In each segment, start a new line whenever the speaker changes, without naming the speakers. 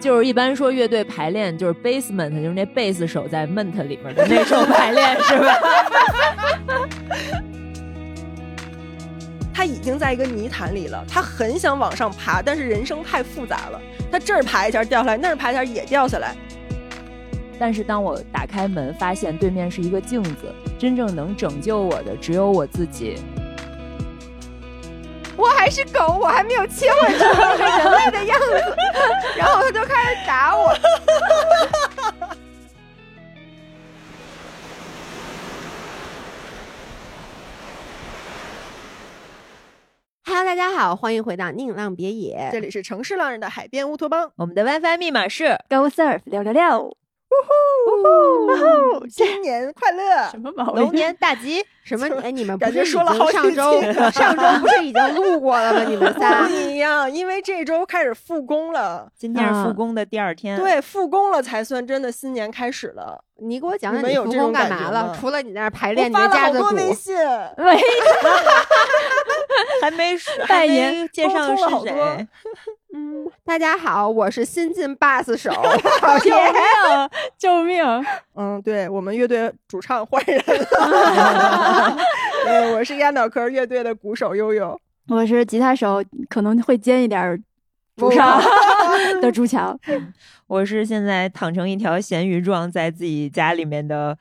就是一般说乐队排练就是 basement，就是那贝斯手在 ment 里面的那首排练是吧？
他已经在一个泥潭里了，他很想往上爬，但是人生太复杂了。他这儿爬一下掉下来，那儿爬一下也掉下来。
但是当我打开门，发现对面是一个镜子，真正能拯救我的只有我自己。
我还是狗，我还没有切换成那个人类的样子，然后他就开始打我。Hello，大家好，欢迎回到宁浪别野
这里是城市浪人的海边乌托邦，
我们的 WiFi 密码是
，Go Surf 六六六，
哦新年快乐！
什么毛
龙
病？
年大吉。 什么？哎，你们不
感觉
是已
说了
经
好几
上周
期
上周不是已经录过了吗？你 们仨
跟你一样，因为这周开始复工了，
今天是
啊
复工的第二天，，
对，复工了才算真的新年开始了。
你给我讲
你
讲
们
你
有
复
这
工
种
干
感
嘛
觉
了
吗？
除了你在那儿排
我
练，你
发
们
了
架
好
子
多微
鼓，
信，
喂，
还没
拜
还
年
没介绍
沟通了好
是
多
谁，
嗯，大家好，我是新晋 bass 手，
救命！救命！
嗯，对我们乐队主唱换人了。 嗯，我是压脑壳乐队的鼓手悠
哦
悠。
我是吉他手，可能会尖一点儿
主唱
的朱乔，
我是现在躺成一条咸鱼状在自己家里面的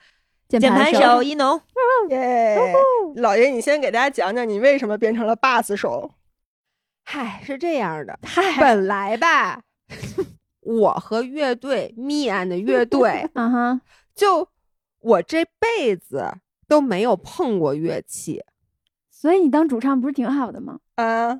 键
键盘
盘
手一农。
耶，老爷，你先给大家讲讲你为什么变成了 bass 手。
嗨，是这样的，
嗨，
本来吧， 我和乐队 Me and 乐 队，
啊哈，
就我这辈子都没有碰过乐器，
所以你当主唱不是挺好的吗？
啊，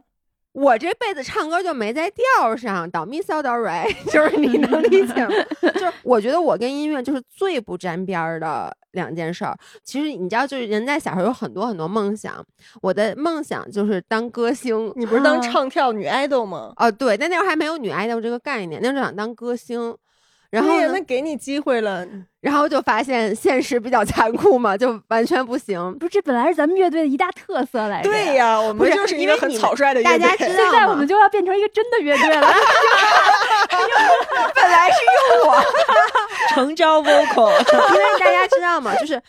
我这辈子唱歌就没在调上，倒咪骚倒蕊， 就是你能理 解吗？就是我觉得我跟音乐就是最不沾边儿的两件事儿。其实你知道，就是人在小时候有很多很多梦想，我的梦想就是当歌星。
你不是当
啊
唱跳女 idol 吗？
哦，对，但那会儿还没有女 idol 这个概念，那时候想当歌星。然后
对呀
呢
那给你机会了，
然后就发现现实比较残酷嘛，就完全不行。
不是，这本来是咱们乐队的一大特色来着。
对呀、我
哎不
们
是
就是一
因
个
为
很
你们
草率的乐
大
队。
家知道
现在我
吗
们就要变成一个真的乐队了。
本来是用我，
诚招 vocal，
因为大家知道吗？就是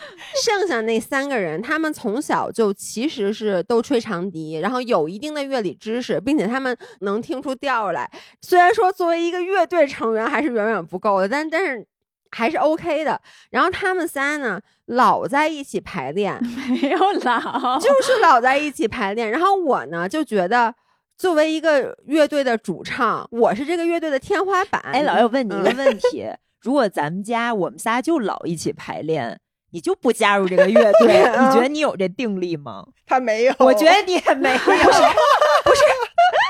剩下那三个人，他们从小就其实是都吹长笛，然后有一定的乐理知识，并且他们能听出调儿来。虽然说作为一个乐队成员还是远远不够的，但但是还是 OK 的。然后他们仨呢，老在一起排 练，
没有老，
就是老在一起排练。然后我呢就觉得，作为一个乐队的主唱，我是这个乐队的天花板。
哎，老要问你
嗯
一个问题：如果咱们家我们仨就老一起排练，你就不加入这个乐 队，你觉
嗯
得你有这定力吗？
他没有，
我觉得你也没有。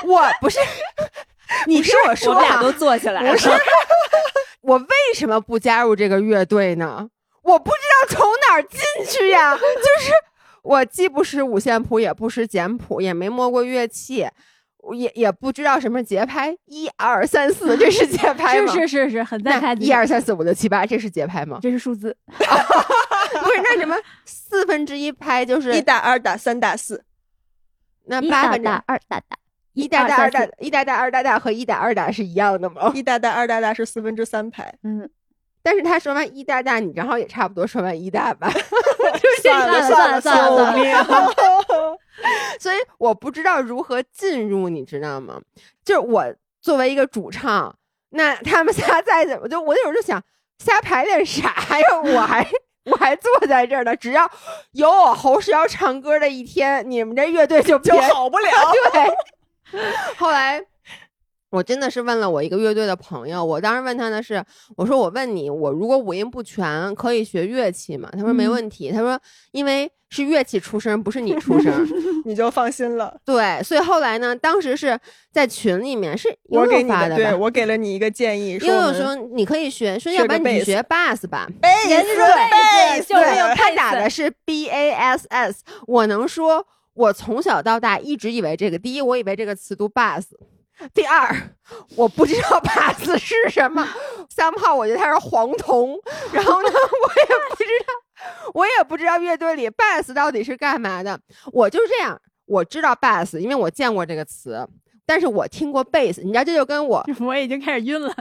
我不是，你听我说
我们俩
啊，
都坐下来了。
我为什么不加入这个乐队呢？我不知道从哪儿进去呀， 就是我既不识五线谱，也不识简谱，也没摸过乐器。我也也不知道什么节拍，一二三四， 这是节拍
是
吗？
是是是，很在
那
开？
一二，三四五六七八，这是节拍吗
这是数字。
不是，那什么四分之一拍就是
一打二打三打四，
那
一
八
大
分之
大，二大大，
一大大
二
二
大
大一大大二大大和一大二大是一样的吗？
一大大二大大是四分之三拍。
嗯，
但是他说完一大大，你正好也差不多说完一大吧，
算了
算
了
了
算
算了
了，
所以我不知道如何进入，你知道吗？就是我作为一个主唱，那他们 仨再怎么就我有时候就想瞎排练啥呀？我还我还坐在这儿呢，只要有我侯世瑶唱歌的一天，你们这乐队就别
就好不了。
对， 后来我真的是问了我一个乐队的朋友，我当时问他的是，我说我问你，我如果五音不全，可以学乐器吗？他说没
嗯
问题，他说因为是乐器出身，不是你出身。
你就放心了。
对，所以后来呢，当时是在群里面是悠
我给
悠
你
发
的，对
吧。
我给了你一个建议，我
悠悠
们哎
说你可以学，说
学
要不
个
然你
贝
去
斯
学 bass 吧。
贝
人
斯
是
贝斯，
就没有
对
他打的是 B A S S，我能说，我从小到大一直以为这个，第一，我以为这个词读 bus，第二，我不知道 bus 是什么，somehow 我觉得它是黄铜，然后呢，我也不知道，我也不知道乐队里 bus 到底是干嘛的，我就是这样，我知道 bus，因为我见过这个词。但是我听过贝斯，你知道这就跟我，
我已经开始晕了。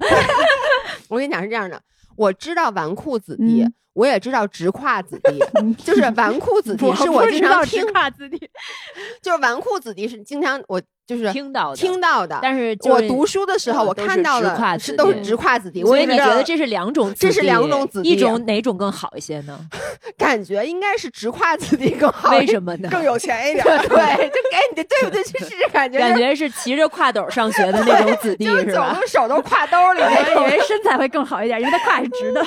我跟你讲是这样的，我知道纨绔子弟，
嗯
我也知道直跨子 弟，就是纨绔子弟是我经常听，
跨字体，
就是纨绔子弟是经常我就是
听到的
听到的，
但是就
我
是呃
读书的时候，我
都是
看到
直跨
的
子
是
弟
都是直跨子弟，我
所以
也
你觉得这是两种子弟，
这是两种子弟啊
一种哪种更好一些呢？
感觉应该是直跨子弟更 好一
为
点，
什么呢？
更有钱一点。
对，就给你的对不对？就是这感觉，
感觉是骑着挎斗上学的那种子弟
就是
是
走
吧？
路手都挎兜里 那
我以
种，
为身材会更好一点，因为它胯是直的。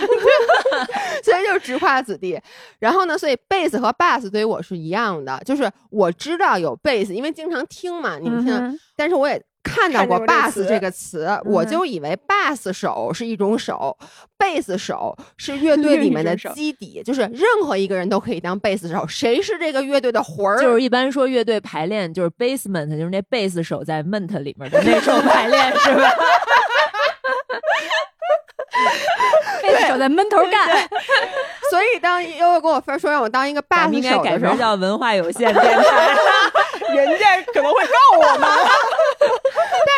所以就是直跨子弟。然后呢，所以贝斯和 bass 对于我是一样的，就是我知道有贝斯，因为经常听嘛，你们听，
嗯哼
但是我也看到过
看见过这个
bass
词
这个词，我就以为 bass 手是一种手，bass 手是乐队里面的
另一种手
基底，就是任何一个人都可以当贝斯手，谁是这个乐队的魂儿？
就是一般说乐队排练就是 basement，就是那贝斯手在 ment 里面的那种排练是吧？
贝斯手在闷头干，
所以当悠悠跟我分说让我当一个
咱
bass
们应该
手
改
的时
名
候，
叫文化有限电 台。
人家可能会告我 们。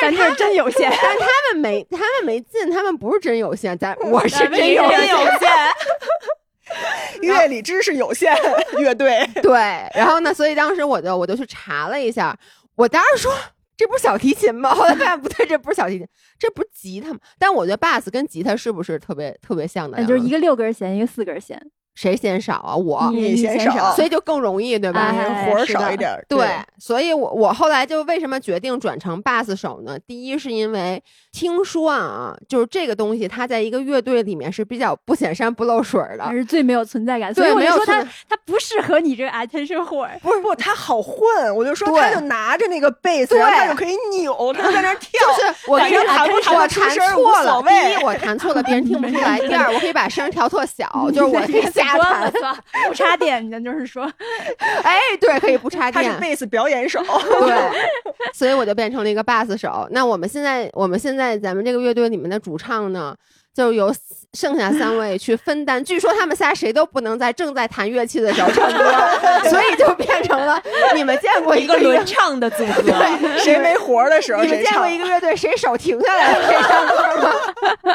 咱这儿真有限。
但他们没他们没进，他们不是真有限，咱我是真有
真
限。
限，
乐理知识有 限，乐队
对，然后呢，所以当时我就我就去查了一下，我当时说这不是小提琴吗？后 来发现不对，这不是小提琴，这不是吉他吗？但我觉得 bass 跟吉他是不是特别特别像的
那
呀？
嗯就是一个六根弦，一个四根弦。
谁先少啊？我，
你
先
嫌少
所以就更容易，对吧？
哎
活儿
是的
少一点儿。
对，所以我我后来就为什么决定转成 bass 手呢？第一是因为听说啊，就是这个东西它在一个乐队里面是比较不显山不漏水儿的
还，是最没有存在感。所以
啊对
我
没
就
有
说他
存
他不适合你这个 attention 活儿。
不是不，他好混，我就说
对
他就拿着那个贝斯，
对
然后他就可以扭， 他就在那儿跳。
就是我
反
跟
正弹不弹
我
得出
弹
声儿无
错
所
了，
谓
第一我弹错了，别人听不出 来；第二我可以把声儿调特小，就是 我可以瞎
关了
弹。
算，不插电，咱就是说，
哎，对，可以不插
他
电
是。贝斯表演手，
对，所以我就变成了一个 bass 手。那我们现在，我们现在咱们这个乐队里面的主唱呢，就由剩下三位去分担。据说他们仨谁都不能在正在弹乐器的时候唱歌，所以就变成了你们见过
一 个
乐
轮唱的组合，
谁没活儿的时候
你们
谁
见过
唱
一。个乐队谁手停下 来了谁唱歌吗？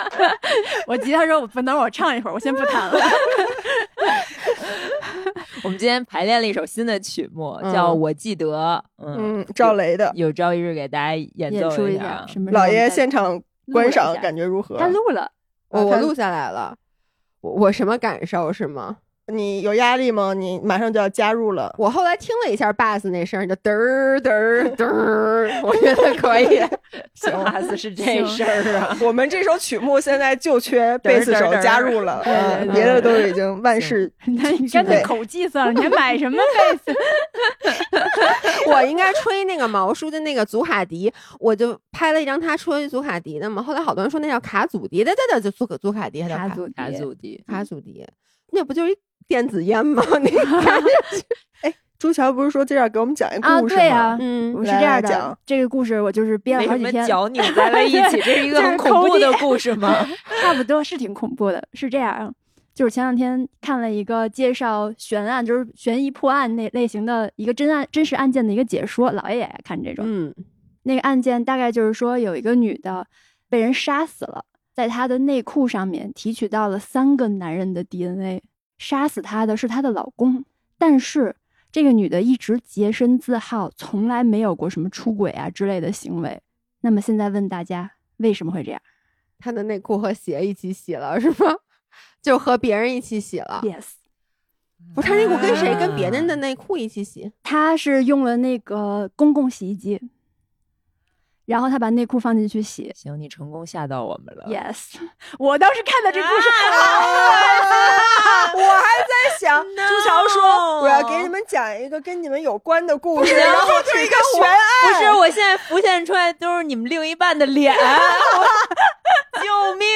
我吉他说我不能，我唱一会儿，我先不弹了。
我们今天排练了一首新的曲目，
嗯
叫《我记得》。嗯，
嗯，赵雷的
有朝一日给大家演
演
奏
出
下
下
啊。
什么时候
老爷
再
现场观赏感觉啊如何
他？录了，
我我
看
录下来了，我我什么感受是吗？
你有压力吗？你马上就要加入了。
我后来听了一下 bass 那声儿，就嘚儿嘚儿嘚儿， 我觉得可以。
行，意思 是这事 儿啊。
我们这首曲目现在就缺贝斯手加入了，
嘚儿嘚儿
嗯
对对对
别的都已经万事。
那你干脆
对
口技算了，你还买什么贝斯？
我应该吹那个毛叔的那个祖卡迪，我就拍了一张他吹祖卡迪的嘛。后来好多人说那叫卡祖笛，对对对，就祖祖卡迪，还叫
卡祖
卡
笛
祖笛，
卡祖笛，那不就是一电子烟吗？ 那个
朱乔不是说这要给我们讲一
啊，
故事吗？
对啊，
嗯
我是
来
这样
来
的
讲，
这个故事我就是编
为
了
什
好几
么
天，
脚扭在了一起？这是一个很恐怖的故事吗？
差不多是挺恐怖的。是这样，就是前两天看了一个介绍悬案，就是悬疑破案那类型的一个真案真实案件的一个解说，老爷也爱看这种。
嗯，
那个案件大概就是说，有一个女的被人杀死了，在她的内裤上面提取到了三个男人的 DNA，杀死她的是她的老公，但是这个女的一直洁身自好，从来没有过什么出轨啊之类的行为。那么现在问大家，为什么会这样
他的内裤和鞋一起洗了是吗？ 就和别人一起洗了，
？Yes，
不是他内裤跟谁？跟别人的
啊
内裤一起洗？
她是用了那个公共洗衣机，然后她把内裤放进去洗。
行，你成功吓到我们了。
啊
Yes，我 当时看到这故事，
我还在想，朱乔说我要给你们讲一个跟你们有关的故事，然后就是一个悬案。
不是，我现在浮现出来都是你们另一半的脸， 救命！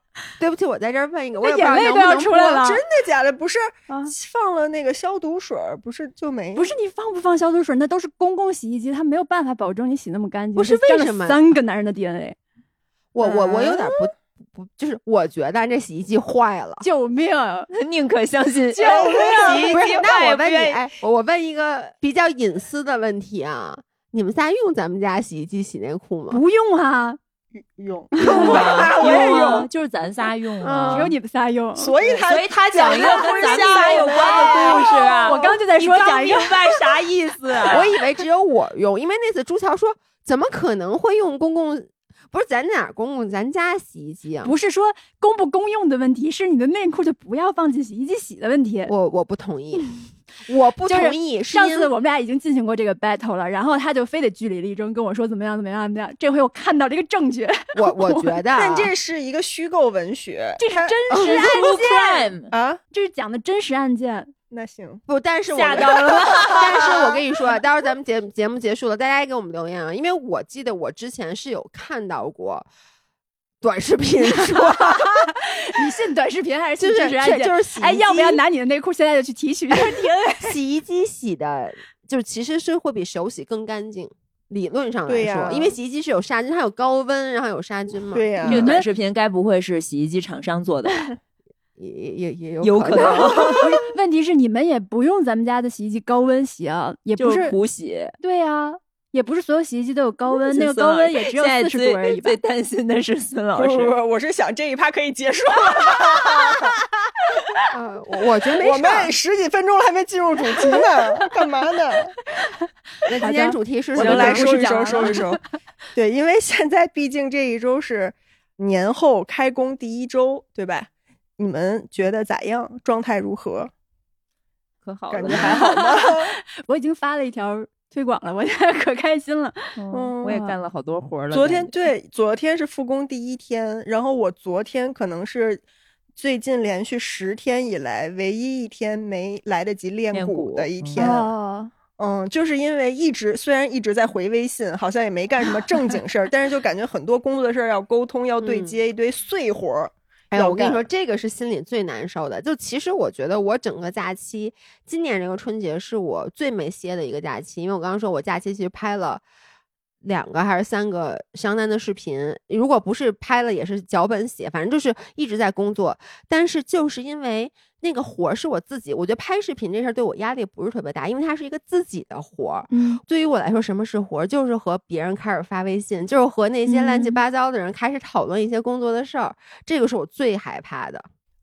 对不起，我在这儿问一个，我也不知
眼
道
泪
能不
都要
能
出
播
来了。
真的假的？不是
啊
放了那个消毒水儿，不是就没？
不是你放不放消毒水，那都是公共洗衣机，它没有办法保证你洗那么干净。
不是
这沾了
为什么
三个男人的 DNA，
我我我有点不不，就是我觉得这洗衣机坏了。
救 命！
宁可相信
救命
啊洗衣
不是
机，
那
坏
我问你，
不愿意
哎，我我问一个比较隐私的问题啊，你们仨用咱们家洗衣机洗内裤吗？
不用啊，
用，
用 啊，
我也
用
用
啊，就是咱仨用啊。
嗯
只有你们仨用。
所以他
所以他讲一个跟咱们仨有关的故事啊。
我刚就在说
你刚
讲一个
明白啥 意思啊？
我以为只有我用，因为那次朱乔说，怎么可能会用公共？不是咱哪儿公共，咱家洗衣机啊。
不是说公不公用的问题，是你的内裤就不要放进洗衣机洗的问题。
我我不同意，我不
就是
同意，是
上
因
次我们俩已经进行过这个 battle 了，然后他就非得据理力争，跟我说怎么样怎么样怎么样。这回我看到了一个证据，
我我觉得，
但这是一个虚构文学，
这是
他
哦
真实
True crime，
啊，
这是讲的真实案件。
那行，
不，但是我
吓
跟
到了。
但是我跟你说啊，到时候咱们节节目结束了，大家也给我们留言啊，因为我记得我之前是有看到过短视频说，
你信短视频还是信
就
真
是
实案
就
件？
是洗衣
哎，要不
机
要拿你的内裤现在就去提取一下 DNA？
洗衣机洗的， 就是其实是会比手洗更干净。理论上来
对
说，
呀
因为洗衣机是有杀菌，它有高温，然后有杀菌嘛，
对呀
这个短视频该不会是洗衣机厂商做的吧？
也也也也有
有
可
可能，
不是，问题是你们也不用咱们家的洗衣机高温洗啊，也不
就是是普洗。
对呀、也不是所有洗衣机都有高呃 温，那
孙
个高
老
温
师
也只有
现在
四十
最
度而已吧
最。担心的是孙老
不不
师，
不，我是想这一趴可以结束了，
能。 呃我我觉得没
我
事儿
们。十几分钟了还没进入主题呢，干嘛呢？
那今
好
天
的
主题是
我
什
们
么
来
呢？
收一收，
讲完
收一收。 对，因为现在毕竟这一周是年后开工第一周，对吧？你们觉得咋样？状态如何？
可好
感
了
觉，还好吗？
我已经发了一条推广了，我现在可开心了。
嗯我也干了好多活儿了。
昨天
感觉
对，昨天是复工第一天，然后我昨天可能是最近连续十天以来唯一一天没来得及练
练
鼓
鼓
的一天。啊
哦，
嗯，就是因为一直虽然一直在回微信，好像也没干什么正经事 儿，但是就感觉很多工作的事儿要沟通、要对
嗯
接一堆碎活儿。
哎呀，
要
我跟你
干
说，这个是心里最难受的。就其实我觉得，我整个假期，今年这个春节是我最没歇的一个假期，因为我刚刚说我假期其实拍了两个还是三个相当的视频，如果不是拍了，也是脚本写，反正就是一直在工作。但是就是因为那个活儿是我自己，我觉得拍视频这事儿对我压力不是特别大，因为它是一个自己的活儿，
嗯，
对于我来说，什么是活儿？就是和别人开始发微信，就是和那些乱七
嗯
八糟的人开始讨论一些工作的事儿，这个是我最害怕的。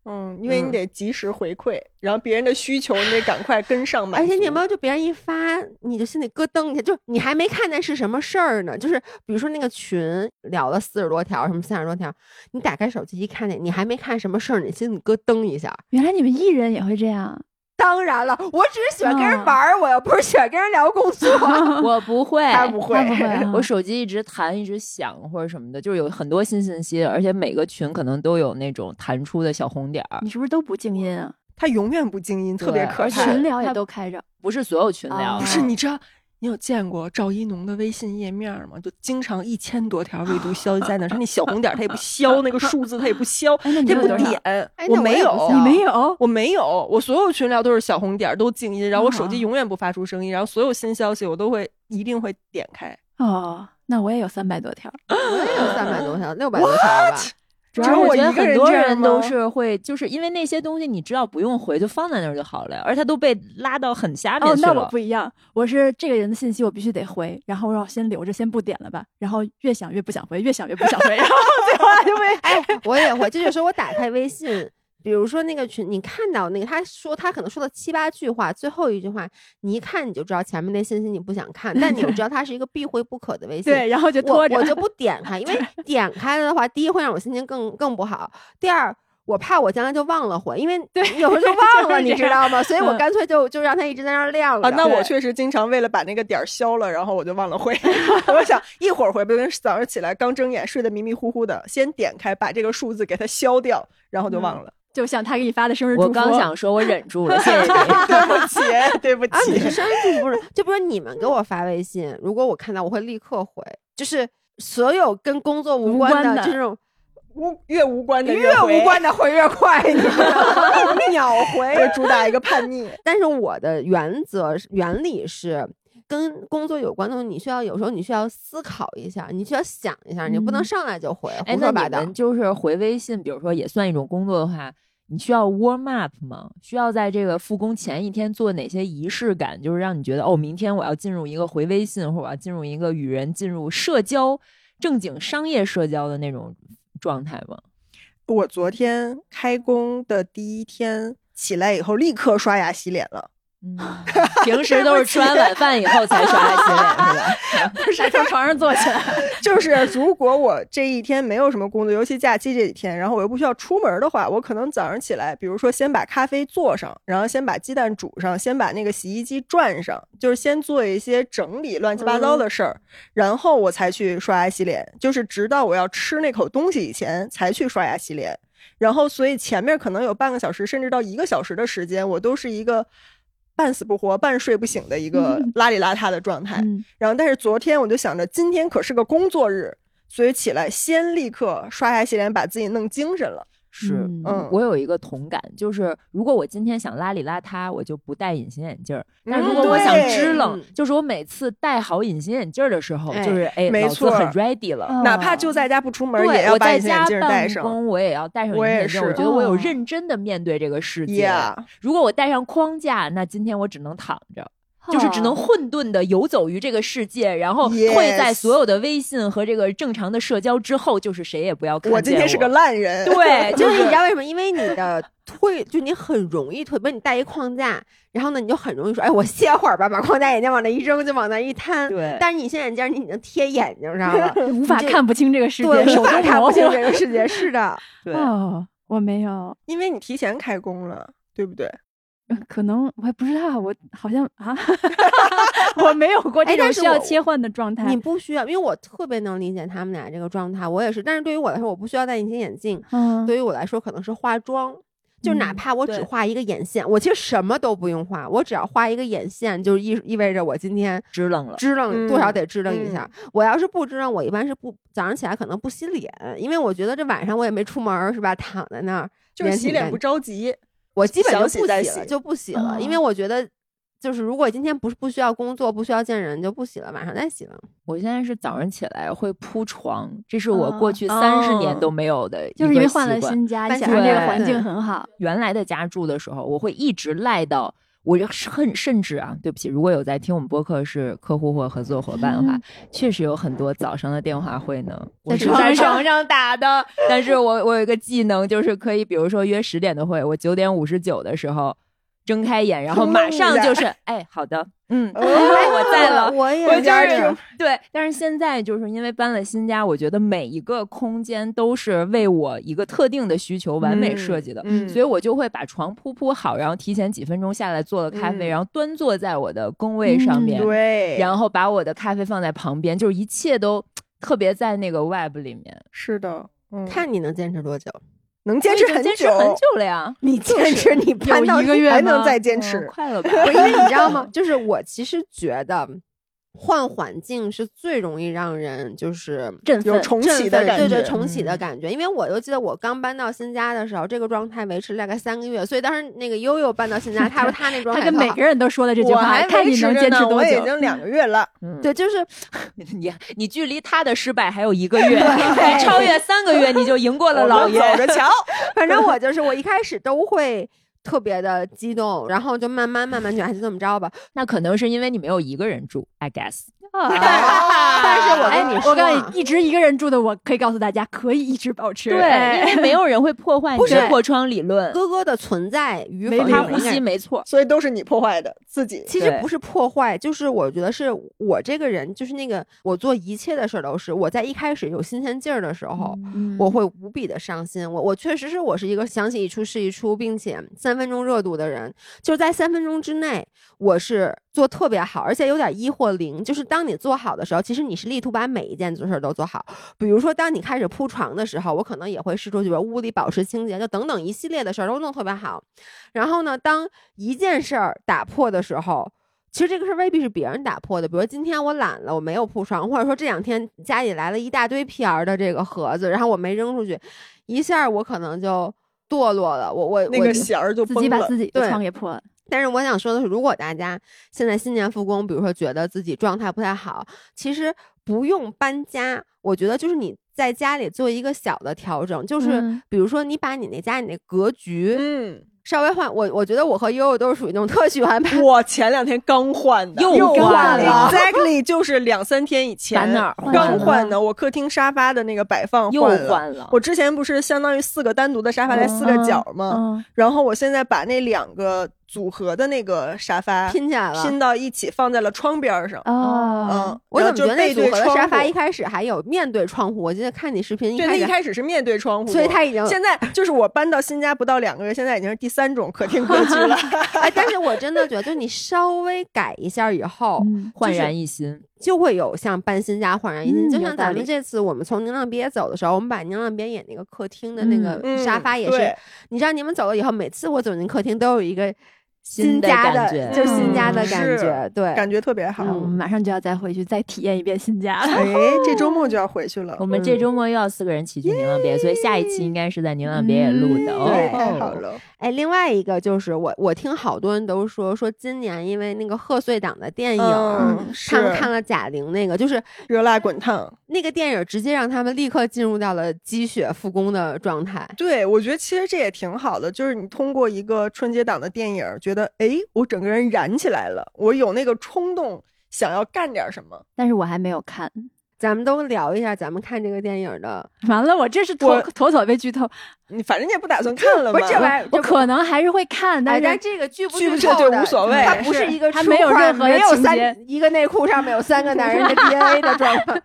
嗯，因为你
嗯
得及时回馈，然后别人的需求你得赶快跟上满
而且你有
足
没有，就别人一发，你就心里咯噔一下，就你还没看那是什么事儿呢？就是比如说那个群聊了四十多条，什么三十多条，你打开手机一看那，你还没看什么事儿，你心里咯噔一下。
原来你们艺人也会这样。
当然了，我只是喜欢跟人
啊
玩儿，我又不是喜欢跟人聊工作。
我不会，
他不会
那不会啊
我手机一直弹，一直响或者什么的，就是有很多新信息，而且每个群可能都有那种弹出的小红点儿。
你是不是都不静音啊？
他永远不静音，特别
对
可
而且
怕。
群聊也
他
都开着，
不是所有群聊，
哦
不是你知道，你有见过赵一农的微信页面吗？就经常一千多条，唯独消息在那，他那小红点儿他也不消，那个数字他也不消，
哎那你
他也
有
不
多少
点。
那我
没
也不
有，
消
你没有？
我没有，我所有群聊都是小红点儿，都静音，然后我手
啊
机永远不发出声音，然后所有新消息我都会一定会点开。
哦，那我也有三百多条。
我也有三百多 条，六百多条吧。
主
只
要
有
我
我
觉得
一个
很
人
多
这样
人都
吗
是会，就是因为那些东西你知道不用回，就放在那儿就好了呀，而它都被拉到很下面
哦，
去
那
了。
我不一样，我是这个人的信息我必须得回，然后让我先留着，先不点了吧。然后越想越不想回，越想越不想 回，然后最后就被
哎，我也会，这就是我打开微信，比如说那个群，你看到那个他说他可能说了七八句话，最后一句话你一看你就知道前面那信息你不想看，但你又知道它是一个必回不可的微信。
对，然后就
我
拖着。
我就不点开，因为点开了的话，第一会让我心情更更不好，第二我怕我将来就忘了回，因为有时候就忘
就
了，
是
你
这
知
样
道吗？所以我
嗯
干脆就就让它一直在那儿晾着。
啊，那我确实经常为了把那个点儿消了，然后我就忘了回。 我想一会儿回，比如早上起来刚睁眼睡得迷迷糊糊的，先点开把这个数字给它消掉，然后就忘了。
就像他给你发的生日祝
我
福，
刚想说，我忍住了，谢 谢你。
嗯对不起，对不
啊，你是
起。
生日祝福日，就比如你们给我发微信，如果我看到，我会立刻回，就是所有跟工作无
无
关
关
的
的
这种
无越无关的
越
回
无。关的回越快，你知道吗哎秒回。
越主打一个叛逆，
但是我的原则是原理是。跟工作有关的东西，你需要有时候你需要思考一下，你需要想一下，你不能
嗯
上来就回，
哎，
胡
那
说八
你
道。
们就是回微信，比如说也算一种工作的话，你需要 warm up 吗？需要在这个复工前一天做哪些仪式感，就是让你觉得哦，明天我要进入一个回微信，或者我要进入一个与人进入社交、正经商业社交的那种状态吗？
我昨天开工的第一天起来以后，立刻刷牙洗脸了。
嗯，平时都是吃完晚饭以后才刷牙洗脸，是吧？
不是从床上坐 起来，
就是如果我这一天没有什么工作，尤其假期这几天，然后我又不需要出门的话，我可能早上起来，比如说先把咖啡做上，然后先把鸡蛋煮上，先把那个洗衣机转上，就是先做一些整理乱七八糟的事儿，然后我才去刷牙洗脸，就是直到我要吃那口东西以前才去刷牙洗脸。然后，所以前面可能有半个小时甚至到一个小时的时间，我都是一个半死不活、半睡不醒的一个邋里邋遢的状态。
嗯，
然后，但是昨天我就想着，今天可是个工作日，所以起来先立刻刷牙洗脸，把自己弄精神了。
是，
嗯
嗯
我有一个同感，就是如果我今天想邋里邋遢，我就不戴隐形眼镜儿；但
嗯
如果我想
对
支棱，
嗯
就是我每次戴好隐形眼镜儿的时候，
哎
就是哎，
没
老子
错
很 ready 了。
嗯
哪怕就在家不出门，也
对，
要
我
把
在
隐形眼
家
镜戴
办
上。
公，我也要戴上隐
我
形
也
眼镜儿。我
是嗯
觉得我有
哦
认真的面对这个世界。
Yeah，
如果我戴上框架，那今天我只能躺着，
哦
就是只能混沌的游走于这个世界，然后会在
Yes
所有的微信和这个正常的社交之后，就是谁也不要看见
我今天是个烂人。
对，
就
就是是
你知道为什么？因为你的 推，就你很容易推，比如你带一框架，然后呢，你就很容易说，哎，我歇会儿吧，把框架眼镜往那一扔，就往那一摊。
对
但是你现在眼镜，你已经贴眼睛上了，
无法
这
看不清这个世界，
对，
手
无法
动
看
模
不清
糊
这个世界。是 的，
对
哦，我没有，
因为你提前开工了，对不对？
嗯可能我也不知道，我好像啊， 我没有过这
哎但
种
是
需要
我
切换的状态。
你不需要，因为我特别能理解他们俩这个状态，我也是。但是对于我来说，我不需要戴隐形眼镜，
嗯，
对于我来说可能是化妆。就是哪
嗯
怕我只
对
画一个眼线，我其实什么都不用画，我只要画一个眼线，就意意味着我今天
支棱了。
支棱多少
嗯
得支棱一下。我要是不支棱，我一般是不早上起来可能不洗脸，因为我觉得这晚上我也没出门儿是吧？躺在那儿，
就是
脸
洗
挺
脸
干
不着急。
我基本就
想
不
洗再
了，
洗
就不洗啊了，因为
哦
我觉得就是如果今天不是不需要工作，不需要见人，就不洗了，晚上再洗了。
我现在是早上起来会铺床，这是我
啊
过去三十年
哦
都没有的一
就是
个
因为换了
习惯
新家，
搬
你想
家
让这个
对
环
对
境很好，
原来的家住的时候，我会一直赖到我甚甚至啊，对不起，如果有在听我们播客是客户或合作伙伴的话，确实有很多早上的电话会呢，我是
嗯床
在
上
床上打的。但是我我有一个技能，就是可以，比如说约十点的会，我九点五十九的时候睁开眼，然后马上就是，哎，好的，嗯，
哦
哎，我在 了，
我也
我
有
就
点儿这
是
种
对，但是现在就是因为搬了新家，我觉得每一个空间都是为我一个特定的需求完美设计的，
嗯
所以我就会把床铺铺好，然后提前几分钟下来做了咖啡，
嗯
然后端坐在我的工位上
嗯
面，
对，
然后把我的咖啡放在旁边，就是一切都特别在那个 web 里面，
是的，嗯，
看你能坚持多久，
能坚持很
坚持很久了呀，
你坚持你
有
搬到
一个月还能
吗
再坚
嗯
持。
快了吧？
不是因为你知道 吗？就是我其实觉得换环境是最容易让人就是
振
有
奋。
重
振
启的
奋
感
对
觉，
对，重启的
嗯
感觉。因为我就记得我刚搬到新家的时候，这个状态维持了大概三个月，所以当时那个悠悠搬到新家，他说他那状
他
态
跟
特
每
好
个人都说了这句
我
话，
还
看
维
你
持
能
着
坚持
呢，
多
我已
久。
经两个月了。
嗯，
对，就是
你你距离他的失败还有一个月，再超越三个月你就赢过了 老爷。
走着瞧，
反正我就是我一开始都会特别的激动，然后就慢慢慢慢就哎就这么着吧。
那可能是因为你没有一个人住，I guess。
但是我
啊哎
跟你说啊，
我告诉你，一直一个人住的，我可以告诉大家，可以一直保持。哎
因为没有人会破坏你
不是
的破窗理论，
哥哥的存在与
没
否，
理
他
由
呼吸没 错。
所以都是你破坏的自己。
其实
对
不是破坏，就是我觉得是我这个人，就是那个我做一切的事儿都是我在一开始有新鲜劲儿的时候，
嗯
我会无比的伤心。我我确实是我是一个想起一出是一出，并且三分钟热度的人，就是在三分钟之内，我是做特别好，而且有点一或零。就是当你做好的时候，其实你是力图把每一件事儿都做好。比如说，当你开始铺床的时候，我可能也会试出去把屋里保持清洁，就等等一系列的事儿都弄特别好。然后呢，当一件事儿打破的时候，其实这个事儿未必是别人打破的，比如今天我懒了，我没有铺床，或者说这两天家里来了一大堆 PR 的这个盒子，然后我没扔出去，一下我可能就堕落了。我我我
那个弦儿就
自
崩
己把
了
自己的
对
窗给破了。
但是我想说的是，如果大家现在新年复工，比如说觉得自己状态不太好，其实不用搬家，我觉得就是你在家里做一个小的调整，就是
嗯
比如说你把你那家里那格局
嗯，
稍微换，我我觉得我和悠悠都是属于那种特喜欢把
我前两天刚换的，
又
换了
，exactly 就是两三天以前，
把哪儿换
刚
了
换的，我客厅沙发的那个摆放
又
换了。
换了，
我之前不是相当于四个单独的沙发
哦
来四个角吗？
嗯，
然后我现在把那两个组合的那个沙发
拼起来了。
拼到一起，放在了窗边上。
哦，
嗯，
我
然
怎
后就
么觉得那
背
组
对
合的
窗
沙发
户
一开始还有面对窗户？我记得看你视频，一
对，它
开
一
始，
开始是面对窗户，
所以它已经
现在就是我搬到新家不到两个月，现在已经是第三种客厅格局了。
哎，但是我真的觉得，就你稍微改一下以后，
嗯
焕
就是
然一新，
就会有像搬新家焕然一新。
嗯
就
有
像
道
咱们
理
这次我们从宁浪别走的时候，我们把宁浪别演那个客厅的那个
嗯
沙发也是，
对
你知道你们走了以后，每次我走进客厅都有一个
新的
家
感
的，
觉
就新家的
嗯
感
是
觉，对，
感觉特别好。
那我们马上就要再回去再体验一遍新家了。
哎，这周末就要回去了
我，们
嗯
这周末又要四个人齐聚宁浪别，所以下一期应该是在宁浪别也录
嗯
的哦。
对，太好了。
哎，另外一个就是我，我听好多人都说，说今年因为那个贺岁档的电影，
嗯，
他们
是
看了贾玲那个，就是
热辣滚烫。
那个电影直接让他们立刻进入到了鸡血复工的状态。
对，我觉得其实这也挺好的，就是你通过一个春节档的电影儿，觉得哎，诶我整个人燃起来了，我有那个冲动想要干点什么。
但是我还没有看，
咱们都聊一下咱们看这个电影的，
完了，我这是
我
妥妥妥被剧透。
你反正你也不打算看了嘛，
不是这玩意儿，
我
这不
可能还是会看，
哎，
但
但
是
这个剧不
剧不
剧
剧
透
就
的
无所谓
它不是
是
一个
它
出
没有
块儿
任何
没
的
有
情节
三一个内裤上面有三个男人的 DNA 的状态。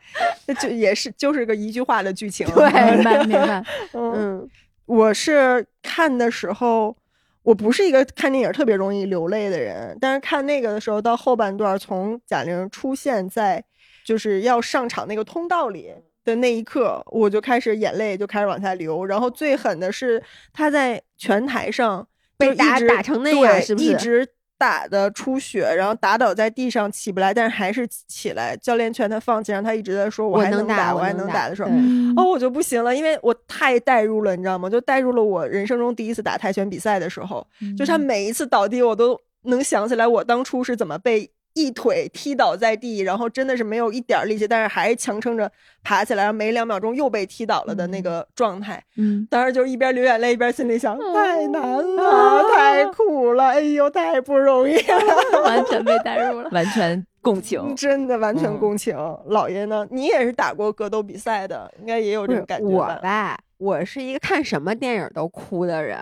这就也是就是个一句话的剧情。
对
明白明白，
嗯，
嗯，
我是看的时候，我不是一个看电影特别容易流泪的人，但是看那个的时候，到后半段从贾玲出现在就是要上场那个通道里。的那一刻，我就开始眼泪就开始往下流，然后最狠的是她在拳台上
被
就一
打
直
打成那样
对
是不
一
是
直打的出血，然后打倒在地上起不来，但是还是起来。教练劝她放弃，让她一直在说
我
还
能
能
打我
我还能
能打
打的时候，
对
嗯
哦，我就不行了，因为我太代入了，你知道吗？就代入了我人生中第一次打泰拳比赛的时候，就是
嗯
他每一次倒地，我都能想起来我当初是怎么被一腿踢倒在地，然后真的是没有一点儿力气，但是还强撑着爬起来，然后没两秒钟又被踢倒了的那个状态。
嗯，
当时就一边流眼泪，一边心里想：太难了，太苦了，哎呦，太不容易
哎
了，
嗯 完全被带入了。
完全共情。
真的完全
嗯
共情。老爷呢？你也是打过格斗比赛的，应该也有
不
这
是
种感觉
我
吧？
吧，我是一个看什么电影都哭的人，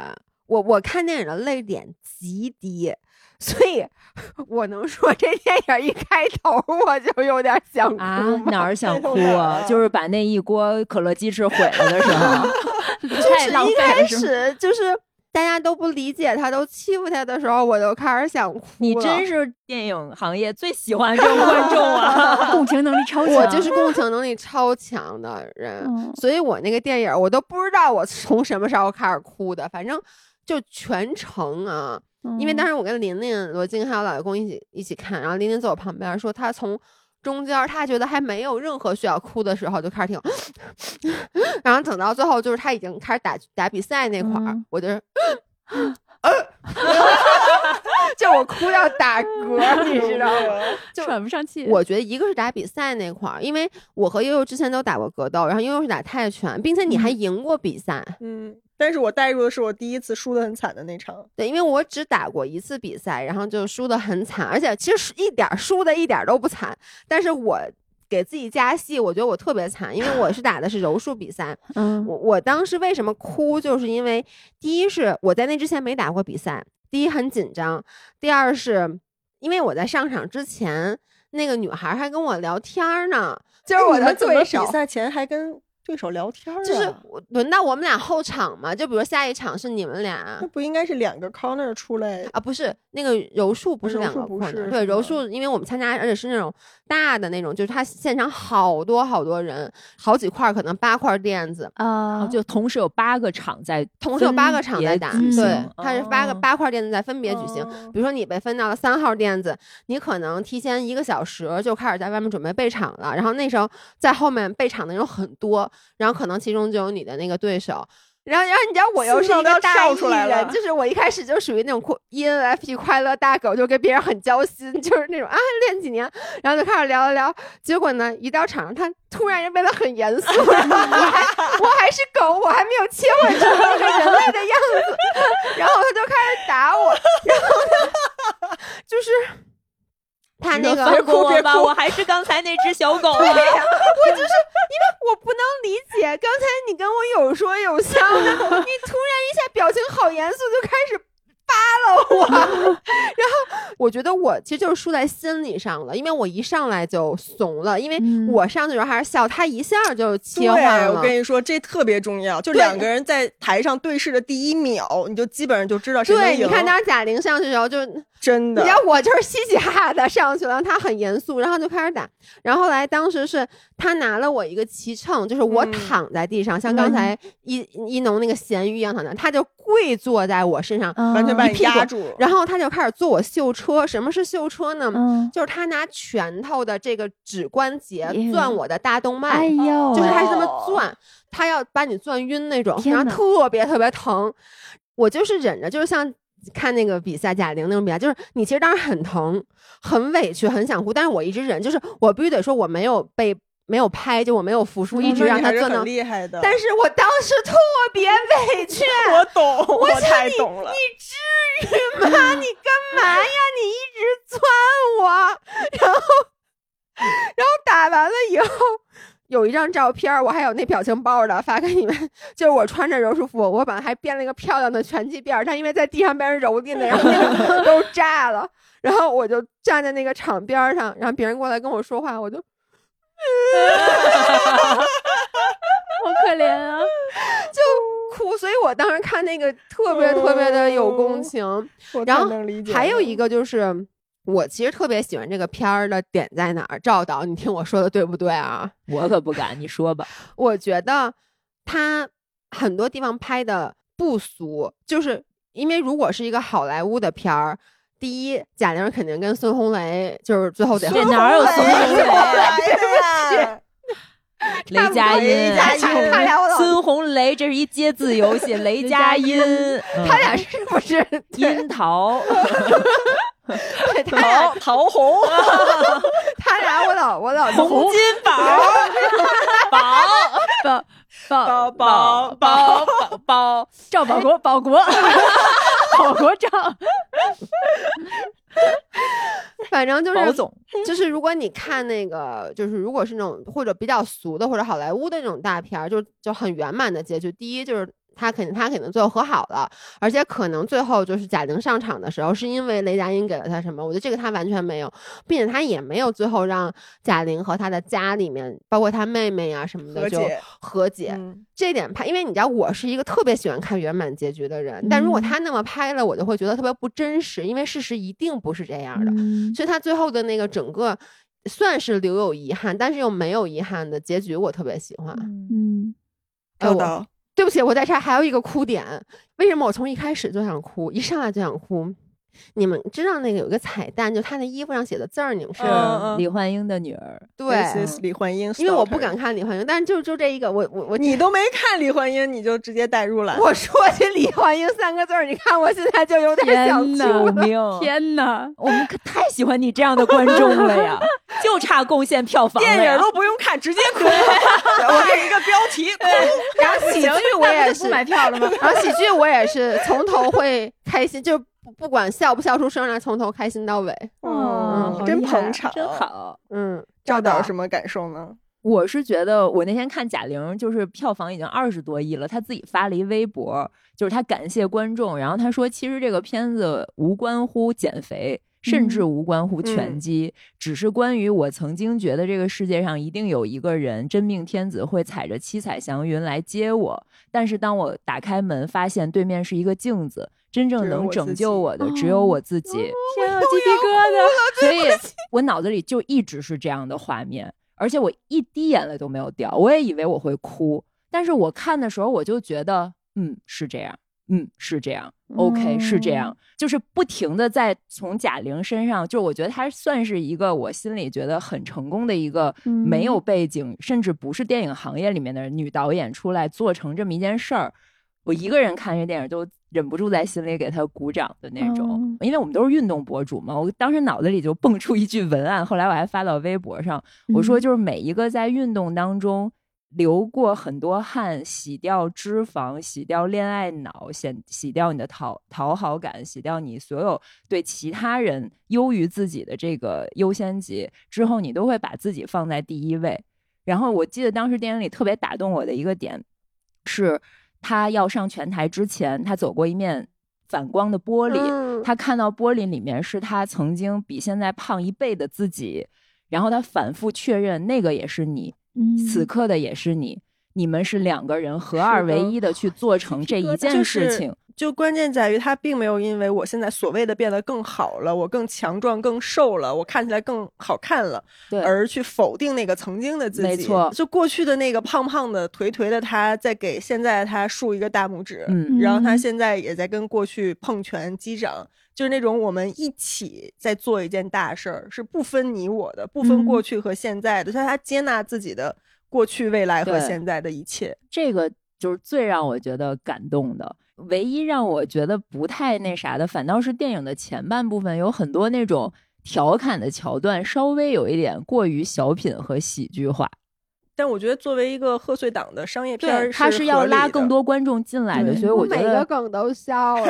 我我看电影的泪点极低，所以 我能说这电影一开头我就有点想哭
啊
吗，
哪儿想哭
太痛了
啊？就是把那一锅可乐鸡翅毁了的时候， 太浪
一
费
开
了是吗。
始就是大家都不理解他，都欺负他的时候，我就开始想哭了。
你真是电影行业最喜欢这种观 众啊！
共情能力超强，
我就是共情能力超强的人，
嗯
所以我那个电影我都不知道我从什么时候开始哭的，反正就全程啊，
嗯
因为当时我跟琳琳、罗京还有老爷公一起一起看，然后琳琳坐我旁边说，她从中间她觉得还没有任何需要哭的时候就开始听， 然后等到最后就是她已经开始打打比赛那块儿，
嗯
我就是， 就我哭到打嗝，你知道吗？就
喘不上气。
我觉得一个是打比赛那块儿，因为我和悠悠之前都打过格斗，然后悠悠是打泰拳，并且你还赢过比赛，
嗯，但是我带入的是我第一次输的很惨的那场，
对，因为我只打过一次比赛，然后就输得很惨，而且其实输一点儿输的一点儿都不惨，但是我给自己加戏，我觉得我特别惨，因为我是打的是柔术比赛，
嗯
我我当时为什么哭，就是因为第一是我在那之前没打过比赛，第一很紧张，第二是因为我在上场之前，那个女孩还跟我聊天儿呢，就是我
哎你
的
们怎么
对手
比。赛前还跟对手聊天儿啊，
就是我轮到我们俩后场嘛，就比如下一场是你们俩，
那不应该是两个 corner 出来
啊，不是那个柔术，不是
啊柔
两
术
个
不
corner
是
对
是
柔
吗
术，因为我们参加，而且是那种大的那种，就是它现场好多好多人，好几块儿，可能八块垫子，
啊，
就同时有八个场在嗯
同时有八个场在打，
举
对
行，
它是八个
哦
八块垫子在分别举行。
哦
比如说你被分到了三号垫子，你可能提前一个小时就开始在外面准备备场了，然后那时候在后面备场的人有很多，然后可能其中就有你的那个对手。然后，然后你知道我又是
心脏都
一个
要
大
跳
艺
出来
人，
了
就是我一开始就属于那种快 ENFP 快乐大狗，就跟别人很交心，就是那种啊练几年，然后就开始聊聊聊，结果呢一到场上，他突然就变得很严肃，然后我还我还是狗，我还没有切换成那个人类的样子，然后他就开始打我，然后呢就是他那 个
别哭别哭，我还是刚才那只小狗啊。
我就是因为我不能理解，刚才你跟我有说有笑的，你突然一下表情好严肃，就开始扒拉我， 然后我觉得我其实就是输在心理上了，因为我一上来就怂了，因为
嗯
我上去的时候还是笑，他一下就切换
对，我
了。
跟你说，这特别重要。就
对
两个人在台上对视的第一秒，你就基本上就知道谁能
对，
赢。
你看当时贾玲上去的时候就，
真
你
的
知，道我就是嘻嘻哈哈的上去了，他很严肃，然后就开始打。然后后来当时是他拿了我一个骑乘，就是我
嗯
躺在地上，像
嗯
刚才一一农那个咸鱼一样躺着，他就跪坐在我身上，
嗯
完全把你
一屁股
压住。
然后他就开始做我秀车。什么是秀车呢？
嗯，
就是他拿拳头的这个指关节
哎呀
攥我的大动脉。
哎呦，
就是他是这么
哦
攥，他要把你攥晕那种，
天
然后
哪
特别特别疼。我就是忍着，就是像看那个比赛贾玲那种比赛，就是你其实当时很疼、很委屈、很想哭，但是我一直忍，就是我必须得说我没有被没有拍，就我没有服输，一直让他
嗯那你还
攥
是
到
很。厉害的。
但是我当时特别 委屈，
我懂，我
我想
太
你
懂了。
你至于吗？你干嘛呀？你一直钻我，然后，然后打完了以后，有一张照片儿，我还有那表情包的，发给你们。就是我穿着柔术服，我本来还编了一个漂亮的拳击辫儿，但因为在地上被人蹂躏的，然后那个都炸了。然后我就站在那个场边儿上，然后别人过来跟我说话，我就
好可怜啊！
就哭。所以我当时看那个特别特别的有共情。
我
然
太
后
能理解了。
还有一个就是，我其实特别喜欢这个片儿的点在哪儿？赵导，你听我说的对不对啊？
我可不敢，你说吧。
我觉得他很多地方拍的不俗，就是因为如果是一个好莱坞的片儿。第一，贾玲肯定跟孙红雷就是最后得
这哪有
哎
孙红
呀
雷、
哎呀
雷佳音
雷佳音、
他俩我老
哎孙红雷？这是一接字游戏，雷佳音、嗯
他俩是不是？ 对
樱桃、
对他俩
桃红、
他俩我老我老
洪金宝、宝
宝宝
宝宝宝宝，
赵保国，保国， 保国赵，
反正就是
宝总，
就是如果你看那个，就是如果是那种或者比较俗的或者好莱坞的那种大片儿，就就很圆满的结局。第一就是他肯定他肯定最后和好了，而且可能最后就是贾玲上场的时候是因为雷佳音给了他什么，我觉得这个他完全没有，并且他也没有最后让贾玲和他的家里面，包括他妹妹啊什么的
和
就
解
和解。
嗯
这点拍，因为你知道我是一个特别喜欢看圆满结局的人，但如果
嗯
他那么拍了，我就会觉得特别不真实，因为事实一定不是这样的。
嗯
所以他最后的那个整个算是留有遗憾，但是又没有遗憾的结局，我特别喜欢。
嗯，
哎
赵
我
导，
对不起，我在这儿还有一个哭点，为什么我从一开始就想哭，一上来就想哭？你们知道那个有一个彩蛋，就他的衣服上写的字儿，你们是、
嗯嗯
是李焕英的女儿，
对，
This is 李焕英，
因为我不敢。看李焕英，但是就就这一个，我我我
你都没看李焕英，你就直接带入了。
我说起李焕英三个字儿，你看我现在就有点想哭
天哪
救
了。
命！
天哪！
我们可太喜欢你这样的观众了呀，就差贡献票房了呀
电影都不用看，直接哭。我给一个标题，哭。
然后喜剧我也是
不买票了吗？
然后喜剧我也是从头会开心，就不不管笑不笑出声来，从头开心到尾。
哦
好
嗯真
厉害
捧场，
真。好。
嗯，
赵导
导
什么感受呢？
我是觉得，我那天看贾玲，就是票房已经二十多亿了，她自己发了一微博，就是她感谢观众，然后她说，其实这个片子无关乎减肥，甚
嗯
至无关乎拳击，只是关于我曾经觉得这个世界上一定有一个人真命天子会踩着七彩祥云来接我，但是当我打开门，发现对面是一个镜子。真正
只有
能
我自
拯
己哦
救我的只有我自己，
天啊，鸡皮疙瘩！
所以我脑子里就一直是这样的画面，而且我一滴眼泪都没有掉，我也以为我会哭，但是我看的时候我就觉得，嗯，是这样，嗯，是这样，OK，、是这样，就是不停的在从贾玲身上，就我觉得她算是一个我心里觉得很成功的一个没有
嗯
背景，甚至不是电影行业里面的女导演出来做成这么一件事儿。我一个人看这电影都忍不住在心里给他鼓掌的那种
嗯，
因为我们都是运动博主嘛。我当时脑子里就蹦出一句文案，后来我还发到微博上，我说
嗯
就是每一个在运动当中流过很多汗、洗掉脂肪、洗掉恋爱脑、洗洗掉你的讨讨好感、洗掉你所有对其他人优于自己的这个优先级之后，你都会把自己放在第一位。然后我记得当时电影里特别打动我的一个点是，他要上拳台之前，他走过一面反光的玻璃，
嗯
他看到玻璃里面是他曾经比现在胖一倍的自己，然后他反复确认那个也是你，
嗯
此刻的也是你，你们是两个人合二
是
为
的
一的去做成这一件事情。
就关键在于他并没有因为我现在所谓的变得更好了，我更强壮、更瘦了，我看起来更好看了，
对
而去否定那个曾经的自己。
没错
就过去的那个胖胖的、颓颓的他，在给现在的他竖一个大拇指，
嗯
然后他
嗯
现在也在跟过去碰拳击掌。就是那种我们一起在做一件大事儿，是不分你我的，不分
嗯
过去和现在的，所以他接纳自己的过去、未来和
对
现在的一切。
这个就是最让我觉得感动的。唯一让我觉得不太那啥的，反倒是电影的前半部分有很多那种调侃的桥段，稍微有一点过于小品和喜剧化。
但我觉得作为一个贺岁档的商业片儿，
对，它
是
要
合理
拉
的
更多观众进来的，
对
所以
我
我觉
每个
得。
梗都笑了，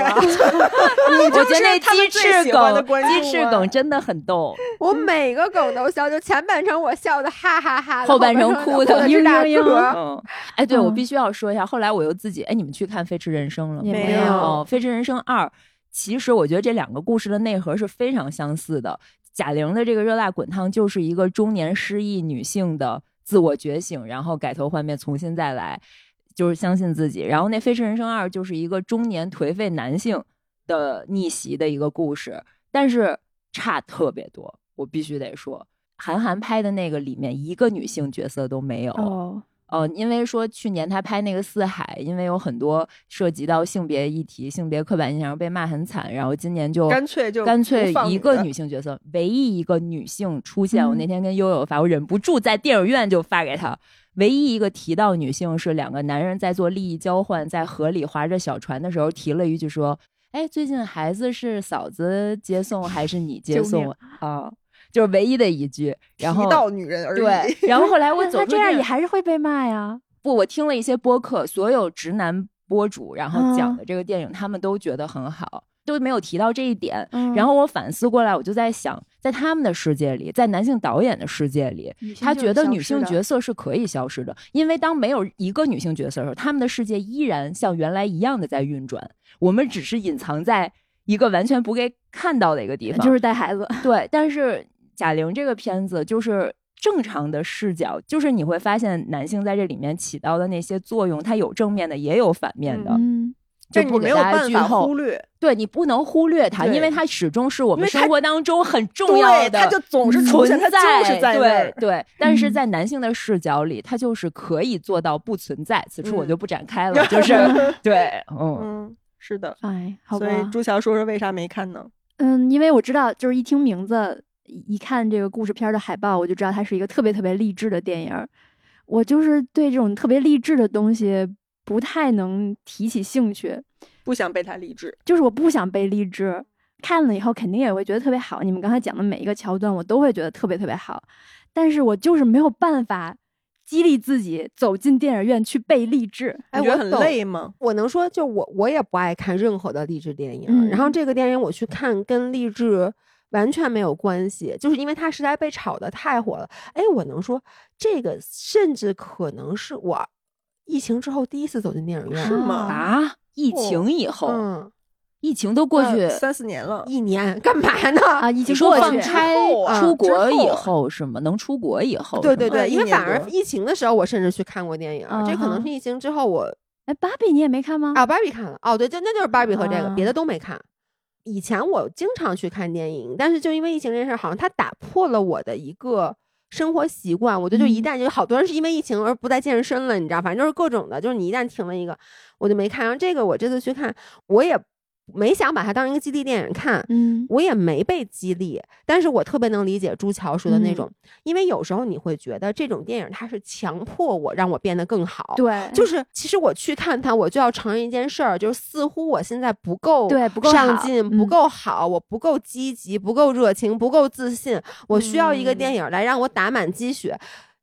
我觉得那
他们
鸡
最
翅
喜欢的
梗
观，
鸡
众
翅
啊
梗真的很逗。
我每个梗都笑，就前半程我笑的哈哈哈的，
后半
半
程哭
哭
的
直打嗝。
嗯，哎，对，我
嗯
必须要说一下，后来我又自己，哎，你们去看《飞驰人生》了吗？
也
没
没
有
哦，《飞驰人生二》其实我觉得这两个故事的内核是非常相似的。贾玲的这个热辣滚烫就是一个中年失意女性的自我觉醒，然后改头换面，重新再来，就是相信自己。然后那《飞驰人生二》就是一个中年颓废男性的逆袭的一个故事，但是差特别多，我必须得说。韩寒拍的那个里面一个女性角色都没有，
哦，
呃，因为说去年他拍那个《四海》，因为有很多涉及到性别议题、性别刻板印象，然后被骂很惨，然后今年就
干脆就
干
不
脆
放
一个
的
女性角色，唯一一个女性出现。我
嗯
那天跟悠悠发，我忍不住在电影院就发给她，唯一一个提到女性是两个男人在做利益交换，在河里划着小船的时候提了一句说：“哎，最近孩子是嫂子接送还是你接
救
送
命
啊？”就是唯一的一句，然后
提到女人而已。
对， 然后后来我
那
走
他
出
这样
电
也
影
还是会被骂呀。
不，我听了一些播客，所有直男博主然后讲
嗯
的这个电影，他们都觉得很好，都没有提到这一点。
嗯
然后我反思过来，我就在想，在他们的世界里，在男性导演的世界里，
女性
他
就
觉
是
得
消
女
失
性
的
角色是可以消失的，因为当没有一个女性角色的时候，他们的世界依然像原来一样的在运转，我们只是隐藏在一个完全不给看到的一个地方，
就是带孩子，
对，但是贾玲这个片子就是正常的视角，就是你会发现男性在这里面起到的那些作用，它有正面的，也有反面的，
嗯，
就
就
你
不
没
给
有
大家
办
剧
法忽
透。
略，
对你不能忽略它，因
对
为它始终是我
因
们
为它
生活当中很重要
对，
的。
他就总是出
存
现，他就是在那
对
儿。
对，但是
嗯
在男性的视角里，它就是可以做到不存在。此处我
嗯
就不展开了， 就是对，嗯，
嗯，是的。
哎，好吧
所。以朱乔说说为啥没看呢？
嗯，因为我知道，就是一听名字，一一看这个故事片儿的海报，我就知道它是一个特别特别励志的电影儿。我就是对这种特别励志的东西不太能提起兴趣，
不想被他励志，
就是我不想被励志。看了以后肯定也会觉得特别好，你们刚才讲的每一个桥段，我都会觉得特别特别好，但是我就是没有办法激励自己走进电影院去被励志。
哎，
你觉
我
得很
懂
累吗？
我能说，就我我也不爱看任何的励志电影，
嗯
然后这个电影我去看跟励志完全没有关系，就是因为它实在被炒得太火了。哎，我能说这个甚至可能是我疫情之后第一次走进电影院，
是吗？
啊，疫情以后，
嗯，
疫情都过去
哦那三四年了，
一年干嘛呢？
啊，已
你
经
说
过
放
去了，
开
后啊
出国
之
以
后啊
后是吗？能出国以后是
对
吗，
对
对
对，因为
一年
反而
多嗯
疫情的时候，我甚至去看过电影，这可能是疫情之后我
哎，芭比你也没看吗？
啊，芭比看了，哦，对，就那就是芭比和这个，别
嗯
啊
的都没看。以前我经常去看电影，但是就因为疫情这事儿，好像它打破了我的一个生活习惯。我觉得就一
嗯
旦就好多人是因为疫情而不再健身了，你知道，反正就是各种的，就是你一旦停了一个，我就没看。然后这个我这次去看，我也没想把它当一个激励电影看。
嗯
我也没被激励，但是我特别能理解朱乔说的
嗯
那种，因为有时候你会觉得这种电影它是强迫我让我变得更好，
对，
就是其实我去看它，我就要承认一件事儿，就是似乎我现在不够
对不够
上
好
进，
嗯
不够好，我不够积极，不够热情，不够自信，我需要一
嗯
个电影来让我打满鸡血。